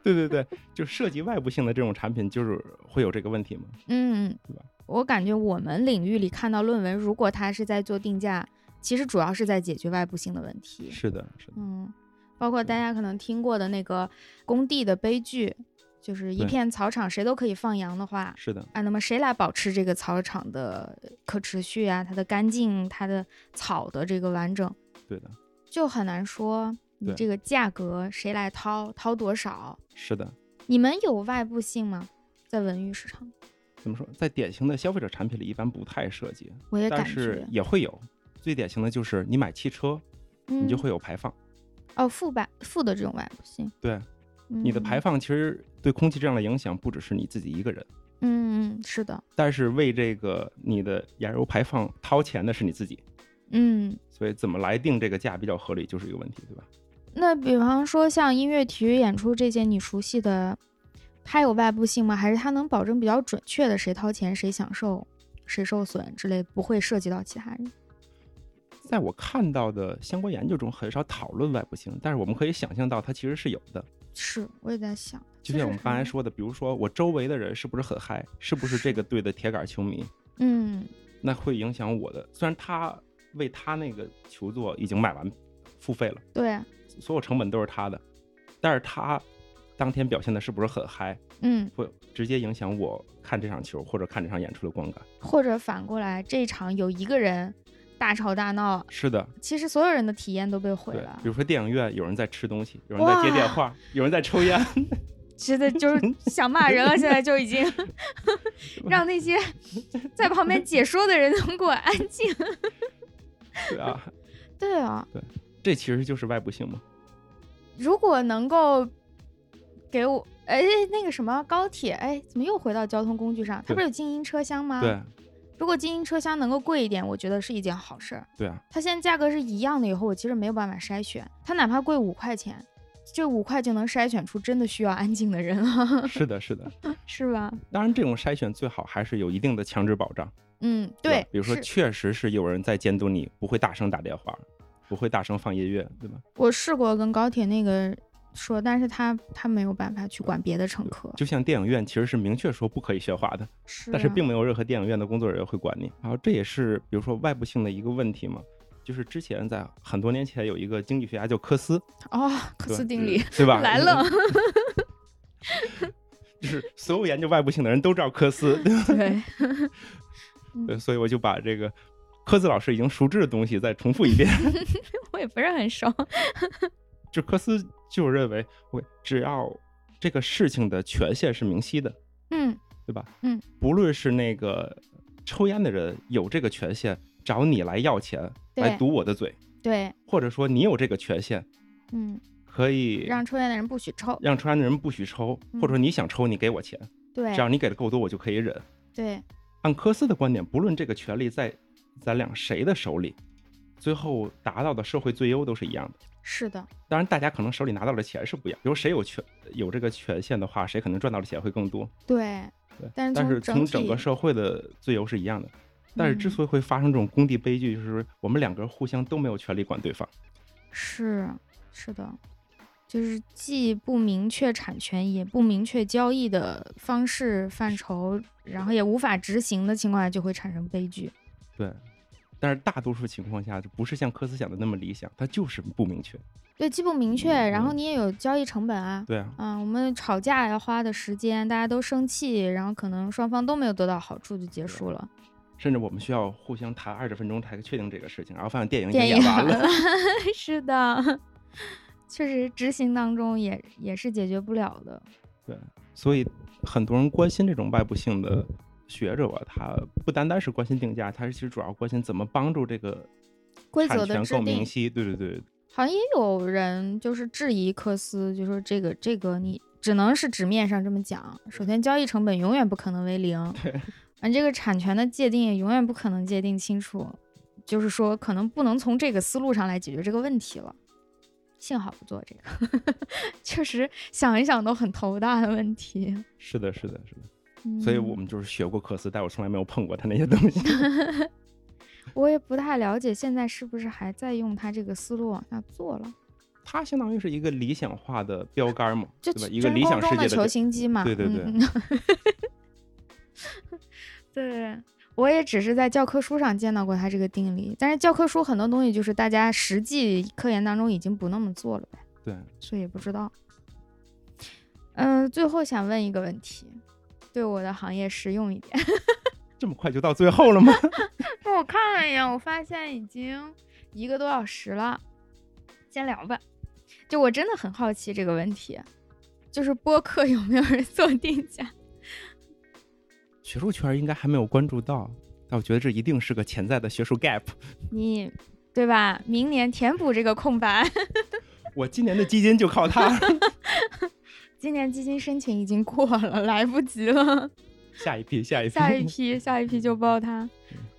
[SPEAKER 2] 对对对，就涉及外部性的这种产品，就是会有这个问题吗？
[SPEAKER 1] 嗯
[SPEAKER 2] 对吧，
[SPEAKER 1] 我感觉我们领域里看到论文，如果它是在做定价，其实主要是在解决外部性的问题。
[SPEAKER 2] 是的，是的，
[SPEAKER 1] 嗯，包括大家可能听过的那个工地的悲剧，就是一
[SPEAKER 2] 对
[SPEAKER 1] 片草场谁都可以放羊的话，
[SPEAKER 2] 是的，
[SPEAKER 1] 啊，那么谁来保持这个草场的可持续啊，它的干净，它的草的这个完整，
[SPEAKER 2] 对的，
[SPEAKER 1] 就很难说你
[SPEAKER 2] 对
[SPEAKER 1] 这个价格谁来掏，掏多少。
[SPEAKER 2] 是的。
[SPEAKER 1] 你们有外部性吗？在文娱市场，
[SPEAKER 2] 怎么说，在典型的消费者产品里，一般不太涉及，
[SPEAKER 1] 我也
[SPEAKER 2] 但
[SPEAKER 1] 感
[SPEAKER 2] 是
[SPEAKER 1] 觉，
[SPEAKER 2] 也会有。最典型的就是你买汽车，
[SPEAKER 1] 嗯，
[SPEAKER 2] 你就会有排放。
[SPEAKER 1] 哦负版负的这种外部性，
[SPEAKER 2] 对，你的
[SPEAKER 1] 嗯
[SPEAKER 2] 排放其实对空气质量的影响不只是你自己一个人，
[SPEAKER 1] 嗯嗯是的，
[SPEAKER 2] 但是为这个你的燃油排放掏钱的是你自己。
[SPEAKER 1] 嗯。
[SPEAKER 2] 所以怎么来定这个价比较合理，就是一个问题，对吧？
[SPEAKER 1] 那比方说像音乐、体育演出这些你熟悉的，它有外部性吗？还是它能保证比较准确的谁掏钱谁享受、谁受损之类，不会涉及到其他人？
[SPEAKER 2] 在我看到的相关研究中，很少讨论外部性，但是我们可以想象到它其实是有的。
[SPEAKER 1] 是，我也在想，
[SPEAKER 2] 就像我
[SPEAKER 1] 是
[SPEAKER 2] 们刚才
[SPEAKER 1] 很，
[SPEAKER 2] 说的，比如说我周围的人是不是很嗨，是不是这个队的铁杆球迷，
[SPEAKER 1] 嗯
[SPEAKER 2] 那会影响我的。虽然他为他那个球座已经买完付费了，
[SPEAKER 1] 对，
[SPEAKER 2] 所有成本都是他的，但是他当天表现的是不是很嗨，
[SPEAKER 1] 嗯，
[SPEAKER 2] 会直接影响我看这场球或者看这场演出的观感。
[SPEAKER 1] 或者反过来，这一场有一个人大吵大闹，
[SPEAKER 2] 是的，
[SPEAKER 1] 其实所有人的体验都被毁
[SPEAKER 2] 对，
[SPEAKER 1] 了
[SPEAKER 2] 比，如说电影院有人在吃东西，有人在接电话， 有人在 抽烟，
[SPEAKER 1] 真的就是想骂人了，现在就已经让那些在旁边解说的人能给我安静。
[SPEAKER 2] 对啊，
[SPEAKER 1] 对啊，
[SPEAKER 2] 这其实就是外部性嘛。
[SPEAKER 1] 如果能够给我，哎，那个什么高铁，哎，怎么又回到交通工具上？它
[SPEAKER 2] 对
[SPEAKER 1] 不是有精英车厢吗？
[SPEAKER 2] 对，
[SPEAKER 1] 如果精英车厢能够贵一点，我觉得是一件好事儿。
[SPEAKER 2] 对啊，
[SPEAKER 1] 它现在价格是一样的，以后我其实没有办法筛选，它哪怕贵五块钱，这五块就能筛选出真的需要安静的人了，
[SPEAKER 2] 是的，是的。
[SPEAKER 1] 是吧？
[SPEAKER 2] 当然，这种筛选最好还是有一定的强制保障。
[SPEAKER 1] 嗯，
[SPEAKER 2] 对
[SPEAKER 1] 对
[SPEAKER 2] 吧，，比如说
[SPEAKER 1] 是
[SPEAKER 2] 确实是有人在监督你，不会大声打电话，不会大声放音乐，对吧？
[SPEAKER 1] 我试过跟高铁那个说，但是他他没有办法去管别的乘客，
[SPEAKER 2] 就像电影院其实是明确说不可以喧哗的，
[SPEAKER 1] 是、啊，
[SPEAKER 2] 但是并没有任何电影院的工作人员会管你。然后这也是比如说外部性的一个问题嘛，就是之前在很多年前有一个经济学家叫科斯，
[SPEAKER 1] 哦，克斯
[SPEAKER 2] 对
[SPEAKER 1] 定理
[SPEAKER 2] 嗯对吧？
[SPEAKER 1] 来 了，
[SPEAKER 2] 嗯，就是所有研究外部性的人都知道 科斯，对吧
[SPEAKER 1] 对，
[SPEAKER 2] 对，所以我就把这个科斯老师已经熟知的东西再重复一遍。
[SPEAKER 1] 我也不是很熟，
[SPEAKER 2] 就科斯就认为，OK，只要这个事情的权限是明晰的，
[SPEAKER 1] 嗯，
[SPEAKER 2] 对吧？
[SPEAKER 1] 嗯，
[SPEAKER 2] 不论是那个抽烟的人有这个权限找你来要钱，
[SPEAKER 1] 对
[SPEAKER 2] 来堵我的嘴，
[SPEAKER 1] 对，
[SPEAKER 2] 或者说你有这个权限
[SPEAKER 1] 嗯，
[SPEAKER 2] 可以
[SPEAKER 1] 让抽烟的人不许抽，
[SPEAKER 2] 让抽烟的人不许抽，
[SPEAKER 1] 嗯
[SPEAKER 2] 或者说你想抽你给我钱，
[SPEAKER 1] 对
[SPEAKER 2] 只要你给的够多，我就可以忍。
[SPEAKER 1] 对，
[SPEAKER 2] 按科斯的观点，不论这个权利在咱俩谁的手里，最后达到的社会最优都是一样的。
[SPEAKER 1] 是的，
[SPEAKER 2] 当然，大家可能手里拿到的钱是不一样，比如谁有权有这个权限的话，谁可能赚到的钱会更多。
[SPEAKER 1] 对，
[SPEAKER 2] 对，
[SPEAKER 1] 但是
[SPEAKER 2] 但
[SPEAKER 1] 从
[SPEAKER 2] 是
[SPEAKER 1] 整
[SPEAKER 2] 从整个
[SPEAKER 1] 体
[SPEAKER 2] 社会的最优是一样的。但是之
[SPEAKER 1] 嗯
[SPEAKER 2] 所以会发生这种工地悲剧，就是我们两个人互相都没有权利管对方。
[SPEAKER 1] 是是的，就是既不明确产权，也不明确交易的方式范畴，然后也无法执行的情况下，就会产生悲剧。
[SPEAKER 2] 对，但是大多数情况下，就不是像科斯想的那么理想，它就是不明确。
[SPEAKER 1] 对，既不明确，然后你也有交易成本啊。
[SPEAKER 2] 对啊，
[SPEAKER 1] 啊，我们吵架要花的时间，大家都生气，然后可能双方都没有得到好处，就结束了。
[SPEAKER 2] 甚至我们需要互相谈二十分钟才确定这个事情，然后发现电影已经
[SPEAKER 1] 电影
[SPEAKER 2] 演完
[SPEAKER 1] 完
[SPEAKER 2] 了。
[SPEAKER 1] 了，是的，确实执行当中也也是解决不了的。
[SPEAKER 2] 所以很多人关心这种外部性的学者吧，他不单单是关心定价，他是其实主要关心怎么帮助这个
[SPEAKER 1] 规
[SPEAKER 2] 产
[SPEAKER 1] 则的
[SPEAKER 2] 权
[SPEAKER 1] 制
[SPEAKER 2] 更
[SPEAKER 1] 定
[SPEAKER 2] 明晰。对对对，
[SPEAKER 1] 好像也有人就是质疑科斯，就说这个这个你只能是纸面上这么讲。首先，交易成本永远不可能为零，而这个产权的界定也永远不可能界定清楚，就是说可能不能从这个思路上来解决这个问题了。幸好不做这个， 确实想一想都很头大的问题。
[SPEAKER 2] 是的，是的，是的。
[SPEAKER 1] 嗯、
[SPEAKER 2] 所以我们就是学过科斯，但我从来没有碰过他那些东 西。
[SPEAKER 1] 我也不太了解现在是不是还在用他这个思路往下做了，
[SPEAKER 2] 它相当于是一个理想化的标杆嘛，
[SPEAKER 1] 就
[SPEAKER 2] 对吧？一个
[SPEAKER 1] 真
[SPEAKER 2] 理想
[SPEAKER 1] 空
[SPEAKER 2] 世
[SPEAKER 1] 中
[SPEAKER 2] 界
[SPEAKER 1] 的球
[SPEAKER 2] 的
[SPEAKER 1] 形机嘛。
[SPEAKER 2] 对对对
[SPEAKER 1] 嗯 嗯对，我也只是在教科书上见到过它这个定理，但是教科书很多东西就是大家实际科研当中已经不那么做了呗，
[SPEAKER 2] 对。
[SPEAKER 1] 所以也不知道。嗯、最后想问一个问题，对我的行业实用一点。
[SPEAKER 2] 这么快就到最后了吗？
[SPEAKER 1] 我看了一眼，我发现已经一个多小时了，先聊吧。就我真的很好奇这个问题，就是播客有没有人做定价？
[SPEAKER 2] 学术圈应该还没有关注到，但我觉得这一定是个潜在的学术 gap。
[SPEAKER 1] 你对吧？明年填补这个空白。
[SPEAKER 2] 我今年的基金就靠它，
[SPEAKER 1] 今年基金申请已经过了，来不及了，
[SPEAKER 2] 下一批，下一批，
[SPEAKER 1] 下一批，下一批就报它。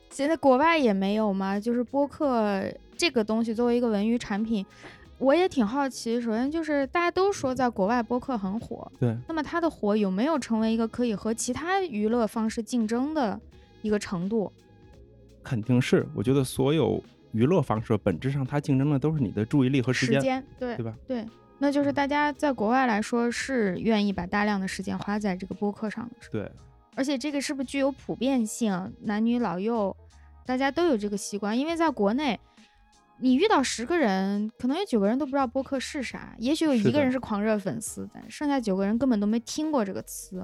[SPEAKER 1] 现在国外也没有吗？就是播客这个东西作为一个文娱产品，我也挺好奇。首先就是大家都说在国外播客很火，
[SPEAKER 2] 对，
[SPEAKER 1] 那么它的火有没有成为一个可以和其他娱乐方式竞争的一个程度？
[SPEAKER 2] 肯定是。我觉得所有娱乐方式本质上它竞争的都是你的注意力和时间，
[SPEAKER 1] 对
[SPEAKER 2] 对吧？嗯
[SPEAKER 1] 对，那就是大家在国外来说是愿意把大量的时间花在这个播客上的，
[SPEAKER 2] 对，
[SPEAKER 1] 而且这个是不是具有普遍性？男女老幼，大家都有这个习惯，因为在国内。你遇到十个人，可能有九个人都不知道播客是啥，也许有
[SPEAKER 2] 是
[SPEAKER 1] 一个
[SPEAKER 2] 的
[SPEAKER 1] 人是狂热粉丝，但剩下九个人根本都没听过这个词。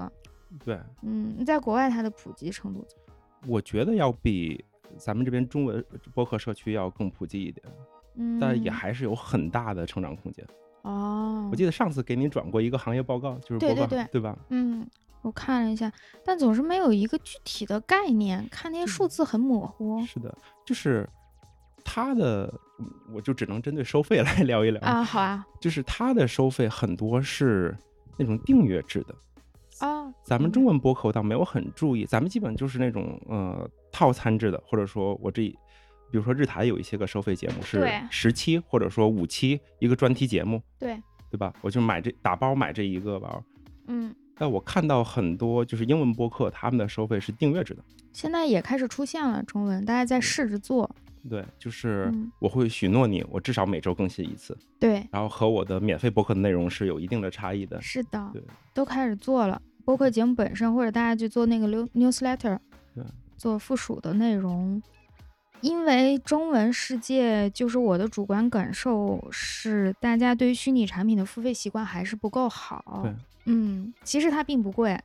[SPEAKER 2] 对。
[SPEAKER 1] 嗯，在国外它的普及程度怎么
[SPEAKER 2] 我觉得要比咱们这边中文播客社区要更普及一点，
[SPEAKER 1] 样，嗯，
[SPEAKER 2] 但也还是有很大的成长空间。
[SPEAKER 1] 哦，
[SPEAKER 2] 我记得上次给你转过一个行业报告，就是
[SPEAKER 1] 对
[SPEAKER 2] 播客，
[SPEAKER 1] 对对
[SPEAKER 2] 吧？
[SPEAKER 1] 嗯，我看了一下，但总是没有一个具体的概念，看那些数字很模糊
[SPEAKER 2] 嗯是的，就是它的，嗯 我就只能针对收费来聊一聊。
[SPEAKER 1] 啊。好啊，
[SPEAKER 2] 就是它的收费很多是那种订阅制的。
[SPEAKER 1] 哦，
[SPEAKER 2] 咱们
[SPEAKER 1] 明
[SPEAKER 2] 中
[SPEAKER 1] 白
[SPEAKER 2] 文播客我倒没有很注意，咱们基本就是那种呃套餐制的，或者说我这，比如说日台有一些个收费节目是
[SPEAKER 1] 对
[SPEAKER 2] 十期或者说五期一个专题节目，
[SPEAKER 1] 对，
[SPEAKER 2] 对吧？我就买这打包买这一个吧。
[SPEAKER 1] 嗯，
[SPEAKER 2] 但我看到很多就是英文播客，他们的收费是订阅制的。
[SPEAKER 1] 现在也开始出现了中文，大家在试着做。
[SPEAKER 2] 对，就是
[SPEAKER 1] 嗯
[SPEAKER 2] 我会许诺你，我至少每周更新一次，
[SPEAKER 1] 对，
[SPEAKER 2] 然后和我的免费播客的内容是有一定的差异的。
[SPEAKER 1] 是的
[SPEAKER 2] 对，
[SPEAKER 1] 都开始做了。播客节目本身，或者大家去做那个 new newsletter，
[SPEAKER 2] 对
[SPEAKER 1] 做附属的内容。因为中文世界，就是我的主观感受是，大家对于虚拟产品的付费习惯还是不够好
[SPEAKER 2] 对。嗯
[SPEAKER 1] 嗯，其实它并不贵，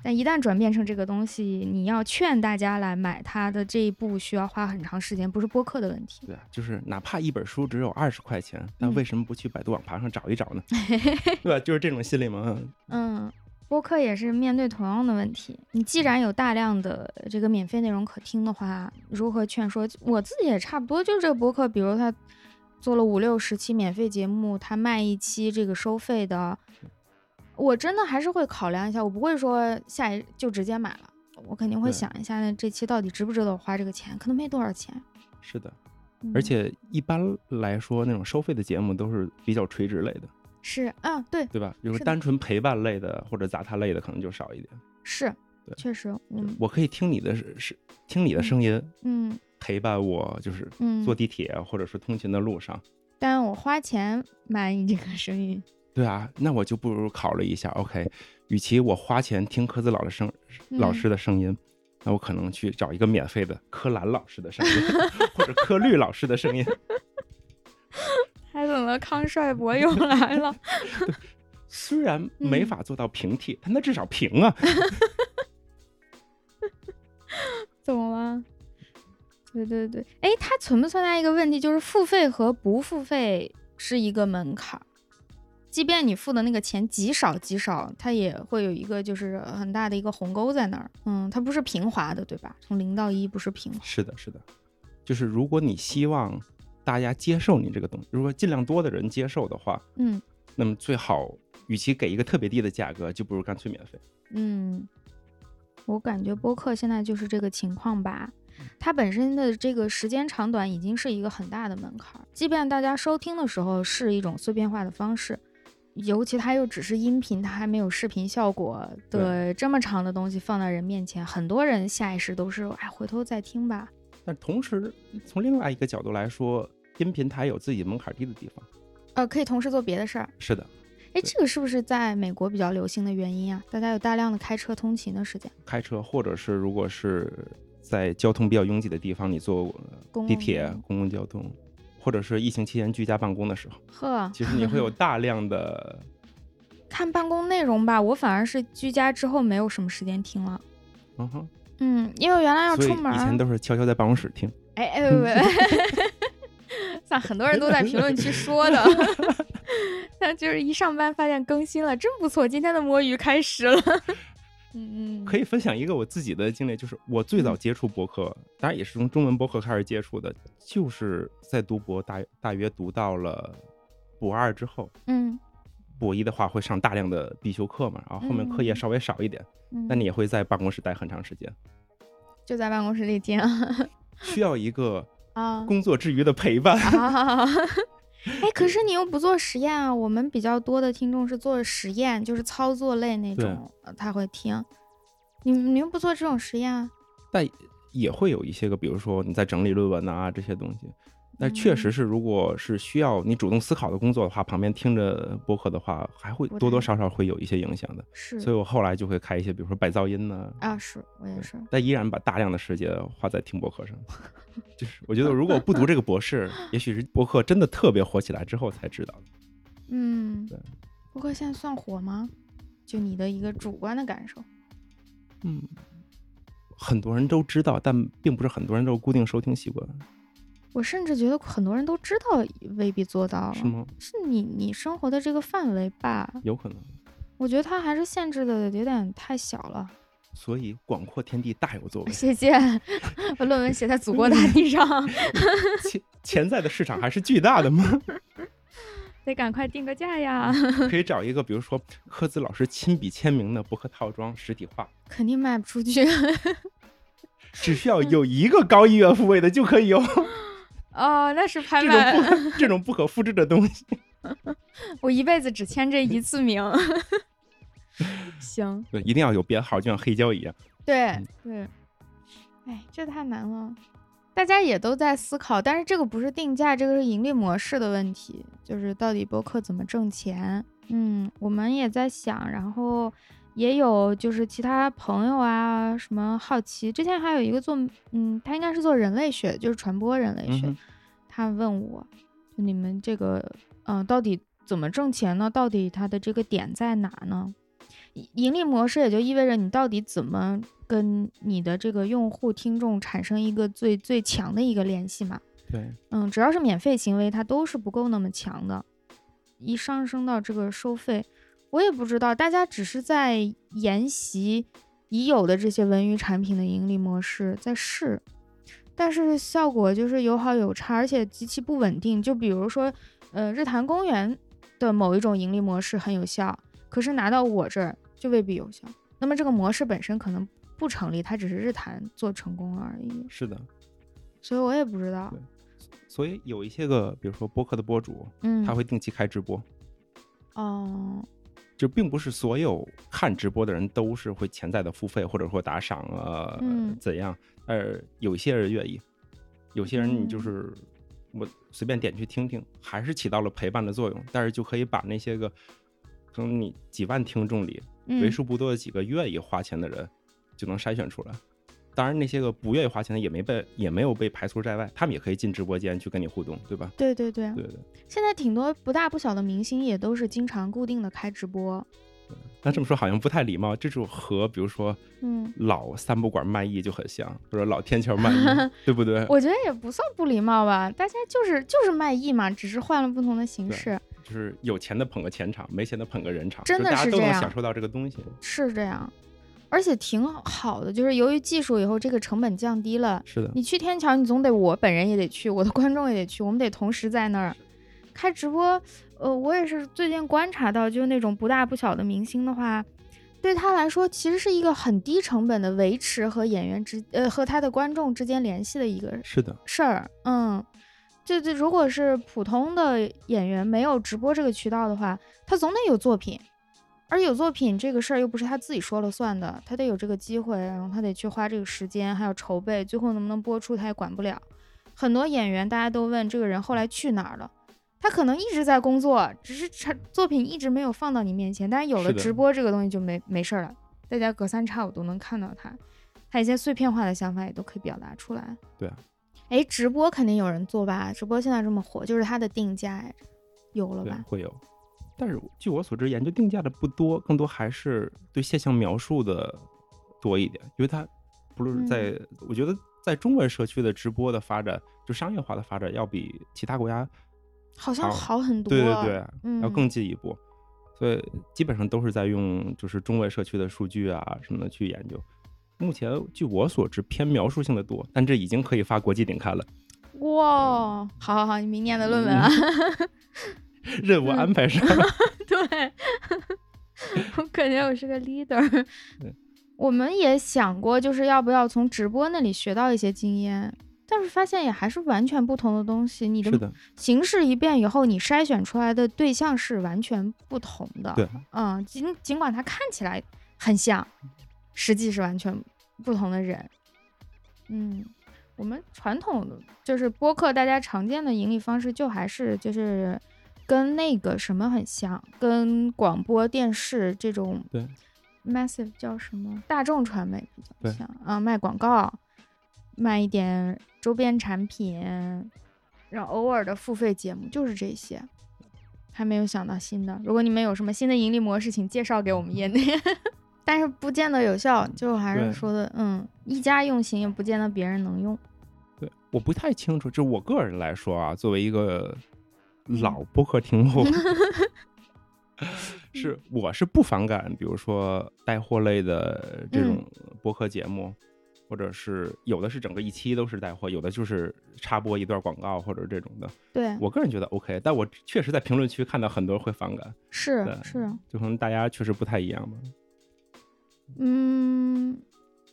[SPEAKER 1] 但一旦转变成这个东西，你要劝大家来买它的这一步，需要花很长时间，不是播客的问题。
[SPEAKER 2] 对啊，就是哪怕一本书只有二十块钱，但
[SPEAKER 1] 嗯
[SPEAKER 2] 为什么不去百度网盘上找一找呢？ 对吧？就是这种心理嘛。
[SPEAKER 1] 嗯，播客也是面对同样的问题。你既然有大量的呃这个免费内容可听的话，如何劝说？我自己也差不多，就是这个播客，比如他做了五六十期免费节目，他卖一期这个收费的，我真的还是会考量一下，我不会说下一就直接买了。我肯定会
[SPEAKER 2] 对
[SPEAKER 1] 想一下，那这期到底值不值得我花这个钱？可能没多少钱，
[SPEAKER 2] 是的，
[SPEAKER 1] 嗯
[SPEAKER 2] 而且一般来说，那种收费的节目都是比较垂直类的，
[SPEAKER 1] 是啊，对，
[SPEAKER 2] 对吧？就是
[SPEAKER 1] 是的
[SPEAKER 2] 单纯陪伴类的或者杂谈类的可能就少一点。
[SPEAKER 1] 是
[SPEAKER 2] 对，
[SPEAKER 1] 确实，嗯
[SPEAKER 2] 我可以听你的是是听你的声音，
[SPEAKER 1] 嗯
[SPEAKER 2] 陪伴我，就是
[SPEAKER 1] 嗯，
[SPEAKER 2] 坐地铁或者说通勤的路上。
[SPEAKER 1] 但我花钱买你这个声音，
[SPEAKER 2] 对啊，那我就不如考虑一下，OK，与其我花钱听科子老的声老
[SPEAKER 1] 嗯
[SPEAKER 2] 师的声音，那我可能去找一个免费的柯蓝老师的声音， 或者柯绿老师的声音。
[SPEAKER 1] 他怎么康帅伯又来了？
[SPEAKER 2] 虽然没
[SPEAKER 1] 嗯
[SPEAKER 2] 法做到平替，但那至少平啊。
[SPEAKER 1] 怎么了？对对对，哎，它存不存在一个问题，就是付费和不付费是一个门槛儿，即便你付的那个钱极少极少，它也会有一个就是很大的一个鸿沟在那儿。嗯，它不是平滑的，对吧？从零到一不是平滑。
[SPEAKER 2] 是的，是的，就是如果你希望大家接受你这个东西，如果尽量多的人接受的话，
[SPEAKER 1] 嗯
[SPEAKER 2] 那么最好，与其给一个特别低的价格，就不如干脆免费。
[SPEAKER 1] 嗯，我感觉播客现在就是这个情况吧。
[SPEAKER 2] 嗯
[SPEAKER 1] 它本身的这个时间长短已经是一个很大的门槛儿，即便大家收听的时候是一种碎片化的方式，尤其它又只是音频，它还没有视频效果的这么长的东西放到人面前，很多人下意识都是哎回头再听吧。
[SPEAKER 2] 但同时，从另外一个角度来说，音频台有自己门槛低的地方。
[SPEAKER 1] 呃，可以同时做别的事儿。
[SPEAKER 2] 是的，
[SPEAKER 1] 哎，
[SPEAKER 2] 对
[SPEAKER 1] 这个是不是在美国比较流行的原因啊？大家有大量的开车通勤的时间，
[SPEAKER 2] 开车或者是如果是在交通比较拥挤的地方，你坐
[SPEAKER 1] 公
[SPEAKER 2] 地
[SPEAKER 1] 共
[SPEAKER 2] 铁啊
[SPEAKER 1] 交通、
[SPEAKER 2] 公共交通，或者是疫情期间居家办公的时候，
[SPEAKER 1] 呵，
[SPEAKER 2] 其实你 会有大量的
[SPEAKER 1] 看办公内容吧，我反而是居家之后没有什么时间听了。
[SPEAKER 2] 嗯哼，
[SPEAKER 1] 嗯，因为原来要
[SPEAKER 2] 所以
[SPEAKER 1] 出门
[SPEAKER 2] 以前
[SPEAKER 1] 儿，
[SPEAKER 2] 都是悄悄在办公室听。
[SPEAKER 1] 哎哎喂， 算很多人都在评论区说 的，但就是一上班发现更新了，真不错，今天的摸鱼开始 了。嗯嗯，
[SPEAKER 2] 可
[SPEAKER 1] 以，
[SPEAKER 2] 以分享一个我自己的经历，就是我最
[SPEAKER 1] 嗯
[SPEAKER 2] 早接触播客，当然也是从中文播客开始接触的，就是在读博大大约读到了博二之后，
[SPEAKER 1] 嗯
[SPEAKER 2] 博一的话会上大量的必修课嘛，然后后面课业
[SPEAKER 1] 嗯
[SPEAKER 2] 稍微少一点，
[SPEAKER 1] 嗯，
[SPEAKER 2] 但你也会在办公室待很长 时间，
[SPEAKER 1] 就在办公室里 听啊
[SPEAKER 2] 需要一个
[SPEAKER 1] 啊。
[SPEAKER 2] 工作之余的陪 伴。
[SPEAKER 1] 啊哎，可是你又不做实验啊！我们比较多的听众是做实验，就是操作类那
[SPEAKER 2] 对
[SPEAKER 1] 种，呃他会听。你们你们不做这种实验啊？
[SPEAKER 2] 也会有一些个，比如说你在整理论文啊这些东西。但确实
[SPEAKER 1] 嗯
[SPEAKER 2] 是，如果是需要你主动思考的工作的话，旁边听着播客的话，还会
[SPEAKER 1] 不
[SPEAKER 2] 多多
[SPEAKER 1] 太
[SPEAKER 2] 少少会有一些影响的。
[SPEAKER 1] 是
[SPEAKER 2] 所以我后来就会开一些，比如说白噪音呢、
[SPEAKER 1] 啊，是我也
[SPEAKER 2] 对
[SPEAKER 1] 是。
[SPEAKER 2] 但依然把大量的时间花在听博客上。就是我觉得，如果不读这个博士，也许是博客真的特别火起来之后才知道的。
[SPEAKER 1] 嗯
[SPEAKER 2] 对，
[SPEAKER 1] 不过现在算火吗？就你的一个主观的感受。
[SPEAKER 2] 嗯，很多人都知道，但并不是很多人都有固定收听习惯，
[SPEAKER 1] 我甚至觉得很多人都知道，未必做到。
[SPEAKER 2] 是？吗？
[SPEAKER 1] 是你你生活的这个范围吧？
[SPEAKER 2] 有可能。
[SPEAKER 1] 我觉得它还是限制的有点太小了。
[SPEAKER 2] 所以广阔天地大有作 为，
[SPEAKER 1] 谢谢，把论文写在
[SPEAKER 2] 嗯
[SPEAKER 1] 祖国大地上。
[SPEAKER 2] 潜潜在的市场还是巨大的嘛。
[SPEAKER 1] 得赶快定个价呀，
[SPEAKER 2] 可以找一个，比如说科兹老师亲笔签名的博客套装实体化，
[SPEAKER 1] 肯定卖不出 去。
[SPEAKER 2] 只需要有一个高一元复位的就可以有
[SPEAKER 1] 哦，那是拍
[SPEAKER 2] 这种不
[SPEAKER 1] 卖，
[SPEAKER 2] 可这种不可复制的东西。
[SPEAKER 1] 我一辈子只签这一次 名。 行，
[SPEAKER 2] 对，一定要有编号，就像黑胶一样。嗯
[SPEAKER 1] 对对，哎，这太难了。大家也都在思考，但是这个不是定价，这个是盈利模式的问题，就是到底播客怎么挣钱。嗯，我们也在想，然后也有就是其他朋友啊，什么好奇，之前还有一个做，嗯，他应该是做人类学，就是传播人类
[SPEAKER 2] 嗯
[SPEAKER 1] 学，
[SPEAKER 2] 哼
[SPEAKER 1] 他问我，就你们这个，嗯、到底怎么挣钱呢？到底它的这个点在哪呢？盈盈利模式也就意味着你到底怎么跟你的这个用户听众产生一个最最强的一个联系嘛？
[SPEAKER 2] 对，
[SPEAKER 1] 嗯，只要是免费行为，它都是不够那么强的。一上升到这个收费，我也不知道，大家只是在沿袭已有的这些文娱产品的盈利模式在试，但是效果就是有好有差，而且极其不稳定。就比如说，呃，日坛公园的某一种盈利模式很有效，可是拿到我这儿就未必有效。那么这个模式本身可能不成立，它只是日坛做成功了而已。
[SPEAKER 2] 是的。
[SPEAKER 1] 所以我也不知道，
[SPEAKER 2] 所以有一些个，比如说播客的播主，
[SPEAKER 1] 嗯，
[SPEAKER 2] 他会定期开直播，
[SPEAKER 1] 哦，
[SPEAKER 2] 就并不是所有看直播的人都是会潜在的付费或者说打赏啊、
[SPEAKER 1] 嗯
[SPEAKER 2] 怎样，而有些人愿意，有些人你就是、
[SPEAKER 1] 嗯
[SPEAKER 2] 我随便点去听听，还是起到了陪伴的作用，但是就可以把那些个可能你几万听众里
[SPEAKER 1] 嗯
[SPEAKER 2] 为数不多的几个愿意花钱的人就能筛选出来。当然，那些个不愿意花钱的也没被也没有被排除在外，他们也可以进直播间去跟你互动，对吧？
[SPEAKER 1] 对对对，
[SPEAKER 2] 对对。
[SPEAKER 1] 现在挺多不大不小的明星也都是经常固定的开直播，
[SPEAKER 2] 那这么说好像不太礼貌，这就和比如说
[SPEAKER 1] 嗯，
[SPEAKER 2] 老三不管卖艺就很像，或者老天桥 卖艺，对不对？
[SPEAKER 1] 我觉得也不算不礼貌吧，大家就是就是卖艺嘛，只是换了不同的形
[SPEAKER 2] 对
[SPEAKER 1] 式，
[SPEAKER 2] 就是有钱的捧个钱场，没钱的捧个人场，
[SPEAKER 1] 真
[SPEAKER 2] 就
[SPEAKER 1] 的
[SPEAKER 2] 大家
[SPEAKER 1] 是
[SPEAKER 2] 都
[SPEAKER 1] 这
[SPEAKER 2] 能
[SPEAKER 1] 样
[SPEAKER 2] 享受到这个东西。
[SPEAKER 1] 是这样，而且挺好的，就是由于技术以后这个成本降低了，
[SPEAKER 2] 是的，
[SPEAKER 1] 你去天桥，你总得我本人也得去，我的观众也得去，我们得同时在那儿开直播。呃，我也是最近观察到，就是那种不大不小的明星的话，对他来说其实是一个很低成本的维持和演员之呃和他的观众之间联系的一个
[SPEAKER 2] 是的，
[SPEAKER 1] 事儿。嗯，这这如果是普通的演员没有直播这个渠道的话，他总得有作品，而有作品这个事儿又不是他自己说了算的，他得有这个机会，然后他得去花这个时间，还有筹备，最后能不能播出他也管不了。很多演员大家都问这个人后来去哪儿了。他可能一直在工作，只是产作品一直没有放到你面前。但是有了
[SPEAKER 2] 是的
[SPEAKER 1] 直播这个东西就没没事儿了，大家隔三差五都能看到他，他一些碎片化的想法也都可以表达出来。
[SPEAKER 2] 对啊，
[SPEAKER 1] 哎，直播肯定有人做吧？直播现在这么火，就是它的定价哎有了
[SPEAKER 2] 对啊
[SPEAKER 1] 吧？，
[SPEAKER 2] 会有。但是据我所知，研究定价的不多，更多还是对现象描述的多一点，因为它不论是在，
[SPEAKER 1] 嗯
[SPEAKER 2] 我觉得在中文社区的直播的发展，就商业化的发展，要比其他国家
[SPEAKER 1] 好像好很多。
[SPEAKER 2] 对对对，
[SPEAKER 1] 嗯，
[SPEAKER 2] 要更进一步。所以基本上都是在用就是中文社区的数据啊什么的去研究。目前据我所知，偏描述性的多，但这已经可以发国际顶刊了，
[SPEAKER 1] 哇！好好好，你明年的论文啊，
[SPEAKER 2] 嗯 任务
[SPEAKER 1] 嗯
[SPEAKER 2] 安排上了。
[SPEAKER 1] 对，我感觉我是个 leader
[SPEAKER 2] 对。
[SPEAKER 1] 我们也想过，就是要不要从直播那里学到一些经验，但是发现也还是完全不同的东西。 你
[SPEAKER 2] 是
[SPEAKER 1] 的
[SPEAKER 2] 的，
[SPEAKER 1] 形式一变以后，你筛选出来的对象是完全不同的。
[SPEAKER 2] 对，
[SPEAKER 1] 嗯，尽尽管他看起来很像，实际是完全不同的人。嗯，我们传统的就是播客，大家常见的盈利方式就还是就是跟那个什么很像，跟广播电视这种
[SPEAKER 2] 对
[SPEAKER 1] massive 叫什么大众传媒比较
[SPEAKER 2] 对
[SPEAKER 1] 像啊，卖广告，卖一点周边产品，然后偶尔的付费节目就是这些。还没有想到新的，如果你们有什么新的盈利模式，请介绍给我们业内。 但是不见得有效，就还是
[SPEAKER 2] 对
[SPEAKER 1] 说的，嗯，一家用行也不见得别人能用。
[SPEAKER 2] 对，我不太清楚，就我个人来说啊，作为一个
[SPEAKER 1] 嗯
[SPEAKER 2] 老播客 听 户。
[SPEAKER 1] 嗯
[SPEAKER 2] 是，
[SPEAKER 1] 嗯
[SPEAKER 2] 我是不反感，比如说带货类的这种播客节目，或者是有的是整个一期都是带货，有的就是插播一段广告或者这种的。
[SPEAKER 1] 对，
[SPEAKER 2] 我个人觉得 OK，但我确实在评论区看到很多人会反感，
[SPEAKER 1] 是
[SPEAKER 2] 对
[SPEAKER 1] 是，
[SPEAKER 2] 就可能大家确实不太一样吧。
[SPEAKER 1] 嗯，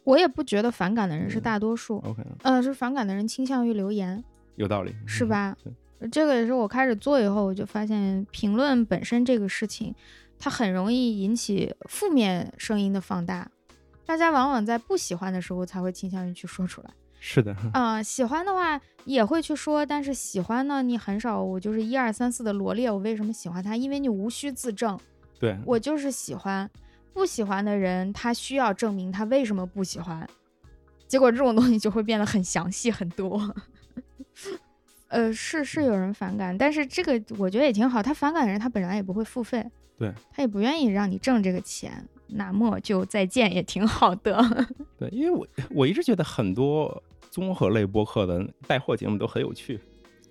[SPEAKER 1] 我也不觉得反感的人是
[SPEAKER 2] 嗯
[SPEAKER 1] 大多数，
[SPEAKER 2] OK，
[SPEAKER 1] 呃，是反感的人倾向于留言，
[SPEAKER 2] 有道理，
[SPEAKER 1] 是吧
[SPEAKER 2] 嗯
[SPEAKER 1] 呃
[SPEAKER 2] 对？
[SPEAKER 1] 这个也是我开始做以后，我就发现评论本身这个事情，它很容易引起负面声音的放大。大家往往在不喜欢的时候才会倾向于去说出来，
[SPEAKER 2] 是的，
[SPEAKER 1] 啊、喜欢的话也会去说，但是喜欢呢，你很少，我就是一二三四的罗列我为什么喜欢他，因为你无需自证，
[SPEAKER 2] 对，
[SPEAKER 1] 我就是喜欢。不喜欢的人，他需要证明他为什么不喜欢，结果这种东西就会变得很详细很多。 呃，是是有人反感，但是这个我觉得也挺好。他反感的人，他本来也不会付费，
[SPEAKER 2] 对
[SPEAKER 1] 他也不愿意让你挣这个钱，那么就再见也挺好的。
[SPEAKER 2] 对，因为我 我一直觉得很多综合类播客的带货节目都很有趣，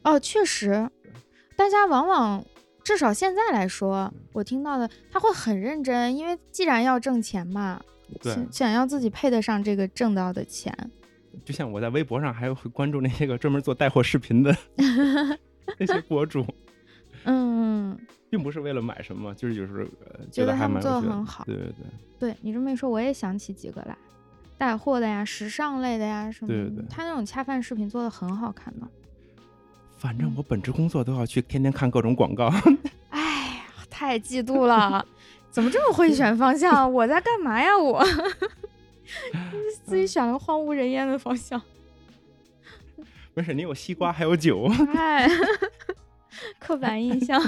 [SPEAKER 1] 哦，确实，大家往往至少现在来
[SPEAKER 2] 嗯
[SPEAKER 1] 说，我听到的他会很认真，因为既然要挣钱嘛，
[SPEAKER 2] 对
[SPEAKER 1] 想想要自己配得上这个挣到的钱。
[SPEAKER 2] 就像我在微博上还会关注那些个专门做带货视 频的那些博主，
[SPEAKER 1] 嗯，
[SPEAKER 2] 并不是为了买什么，就是就是呃
[SPEAKER 1] 觉得
[SPEAKER 2] 得
[SPEAKER 1] 他
[SPEAKER 2] 还
[SPEAKER 1] 们
[SPEAKER 2] 蛮有
[SPEAKER 1] 做得
[SPEAKER 2] 趣的
[SPEAKER 1] 很好
[SPEAKER 2] 对对对
[SPEAKER 1] 对你这么一说，我也想起几个来，带货的呀、时尚类的呀什么的。
[SPEAKER 2] 对对
[SPEAKER 1] 他那种恰饭视频做的很好看的。
[SPEAKER 2] 反正我本职工作都要去天天看各种广告，
[SPEAKER 1] 哎呀，太嫉妒了， 怎么这么会选方向？我在干嘛呀？我 自
[SPEAKER 2] 嗯
[SPEAKER 1] 己选了荒无人烟的方向。
[SPEAKER 2] 没事，你有西瓜还有酒，
[SPEAKER 1] 哎， 刻板印象，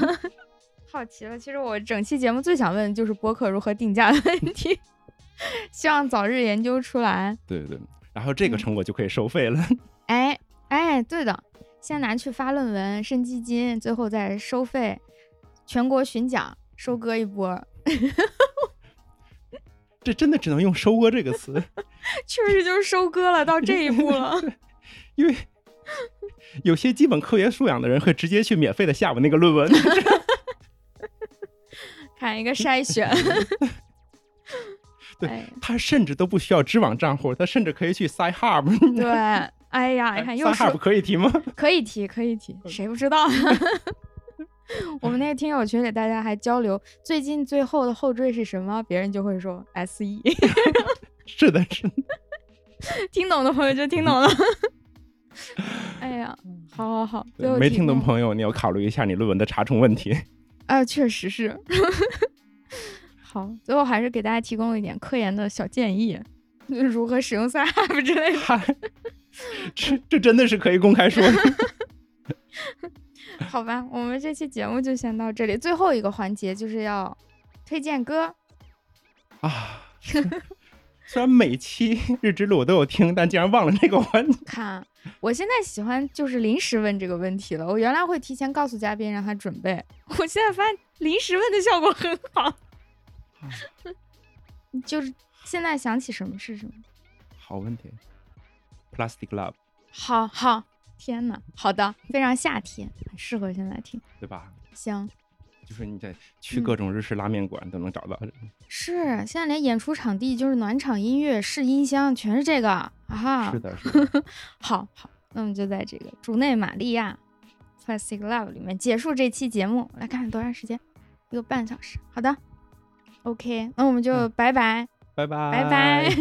[SPEAKER 1] 好奇了。其实我整期节目最想问的就是播客如何定价的问题， 希望早日研究出来。
[SPEAKER 2] 对对，然后
[SPEAKER 1] 嗯
[SPEAKER 2] 这个成果就可以收费了，
[SPEAKER 1] 哎哎，对的，先拿去发论文、申基金，最后再收费，全国巡讲收割一波，
[SPEAKER 2] 这真的只能用“收割”这个词，
[SPEAKER 1] 确实就是收割了，到这一步了。
[SPEAKER 2] 因为有些基本科学素养的人会直接去免费的下我那个论文，
[SPEAKER 1] 看一个筛选。
[SPEAKER 2] 对
[SPEAKER 1] 哎，
[SPEAKER 2] 他甚至都不需要知网账户，他甚至可以去 SciHub。
[SPEAKER 1] 对，哎呀，你看又是
[SPEAKER 2] SciHub 可以提吗？
[SPEAKER 1] 可以提，可以提，谁不知道？ 我们那个听友群里，大家还交流最近最后的后缀是什么，别人就会说 S E，
[SPEAKER 2] 是的，是的，
[SPEAKER 1] 听懂的朋友就听 懂了。哎呀，好好好，最后
[SPEAKER 2] 嗯没
[SPEAKER 1] 提
[SPEAKER 2] 听懂
[SPEAKER 1] 供
[SPEAKER 2] 朋友，你要考虑一下你论文的查重问题。
[SPEAKER 1] 啊，确实是。 好，最后还是给大家提供了一点科研的小建议，就是如何使用 s c h a p 之类的。
[SPEAKER 2] 嗨， 这这真的是可以公 开说的。
[SPEAKER 1] 好吧，我们这期节目就先到这里。最后一个环节就是要推荐歌。
[SPEAKER 2] 啊。 虽然每期日之路我都有听，但竟然忘了这个环节。
[SPEAKER 1] 看，我现在喜欢就是临时问这个问题了。我原来会提前告诉嘉宾让他准备，我现在发现临时问的效果很好。
[SPEAKER 2] 嗯
[SPEAKER 1] 就是现在想起什么是什么。
[SPEAKER 2] 好问题，Plastic Love，
[SPEAKER 1] 好好，天哪，好的，非常夏天，很适合现在听。
[SPEAKER 2] 对吧？
[SPEAKER 1] 行，
[SPEAKER 2] 就是你在去各种日式拉面馆都能找到。
[SPEAKER 1] 是现在连演出场地就是暖场音乐、试音箱，全是这个啊
[SPEAKER 2] 是。的，是的。
[SPEAKER 1] 好好，那我们就在这个竹内玛利亚 Plastic Love 里面结束这期节目。来看多长时间，一个半小时。好的，OK，那我们就
[SPEAKER 2] 嗯
[SPEAKER 1] 拜拜，
[SPEAKER 2] 拜拜，
[SPEAKER 1] 拜拜。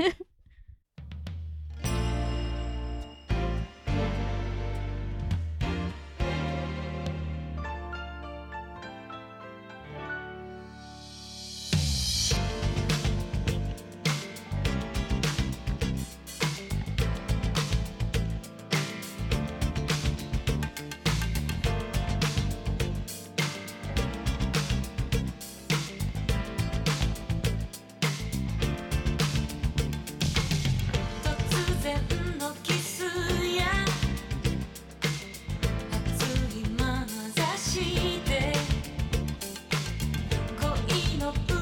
[SPEAKER 3] 突然のキスや熱い眼差しで恋の舞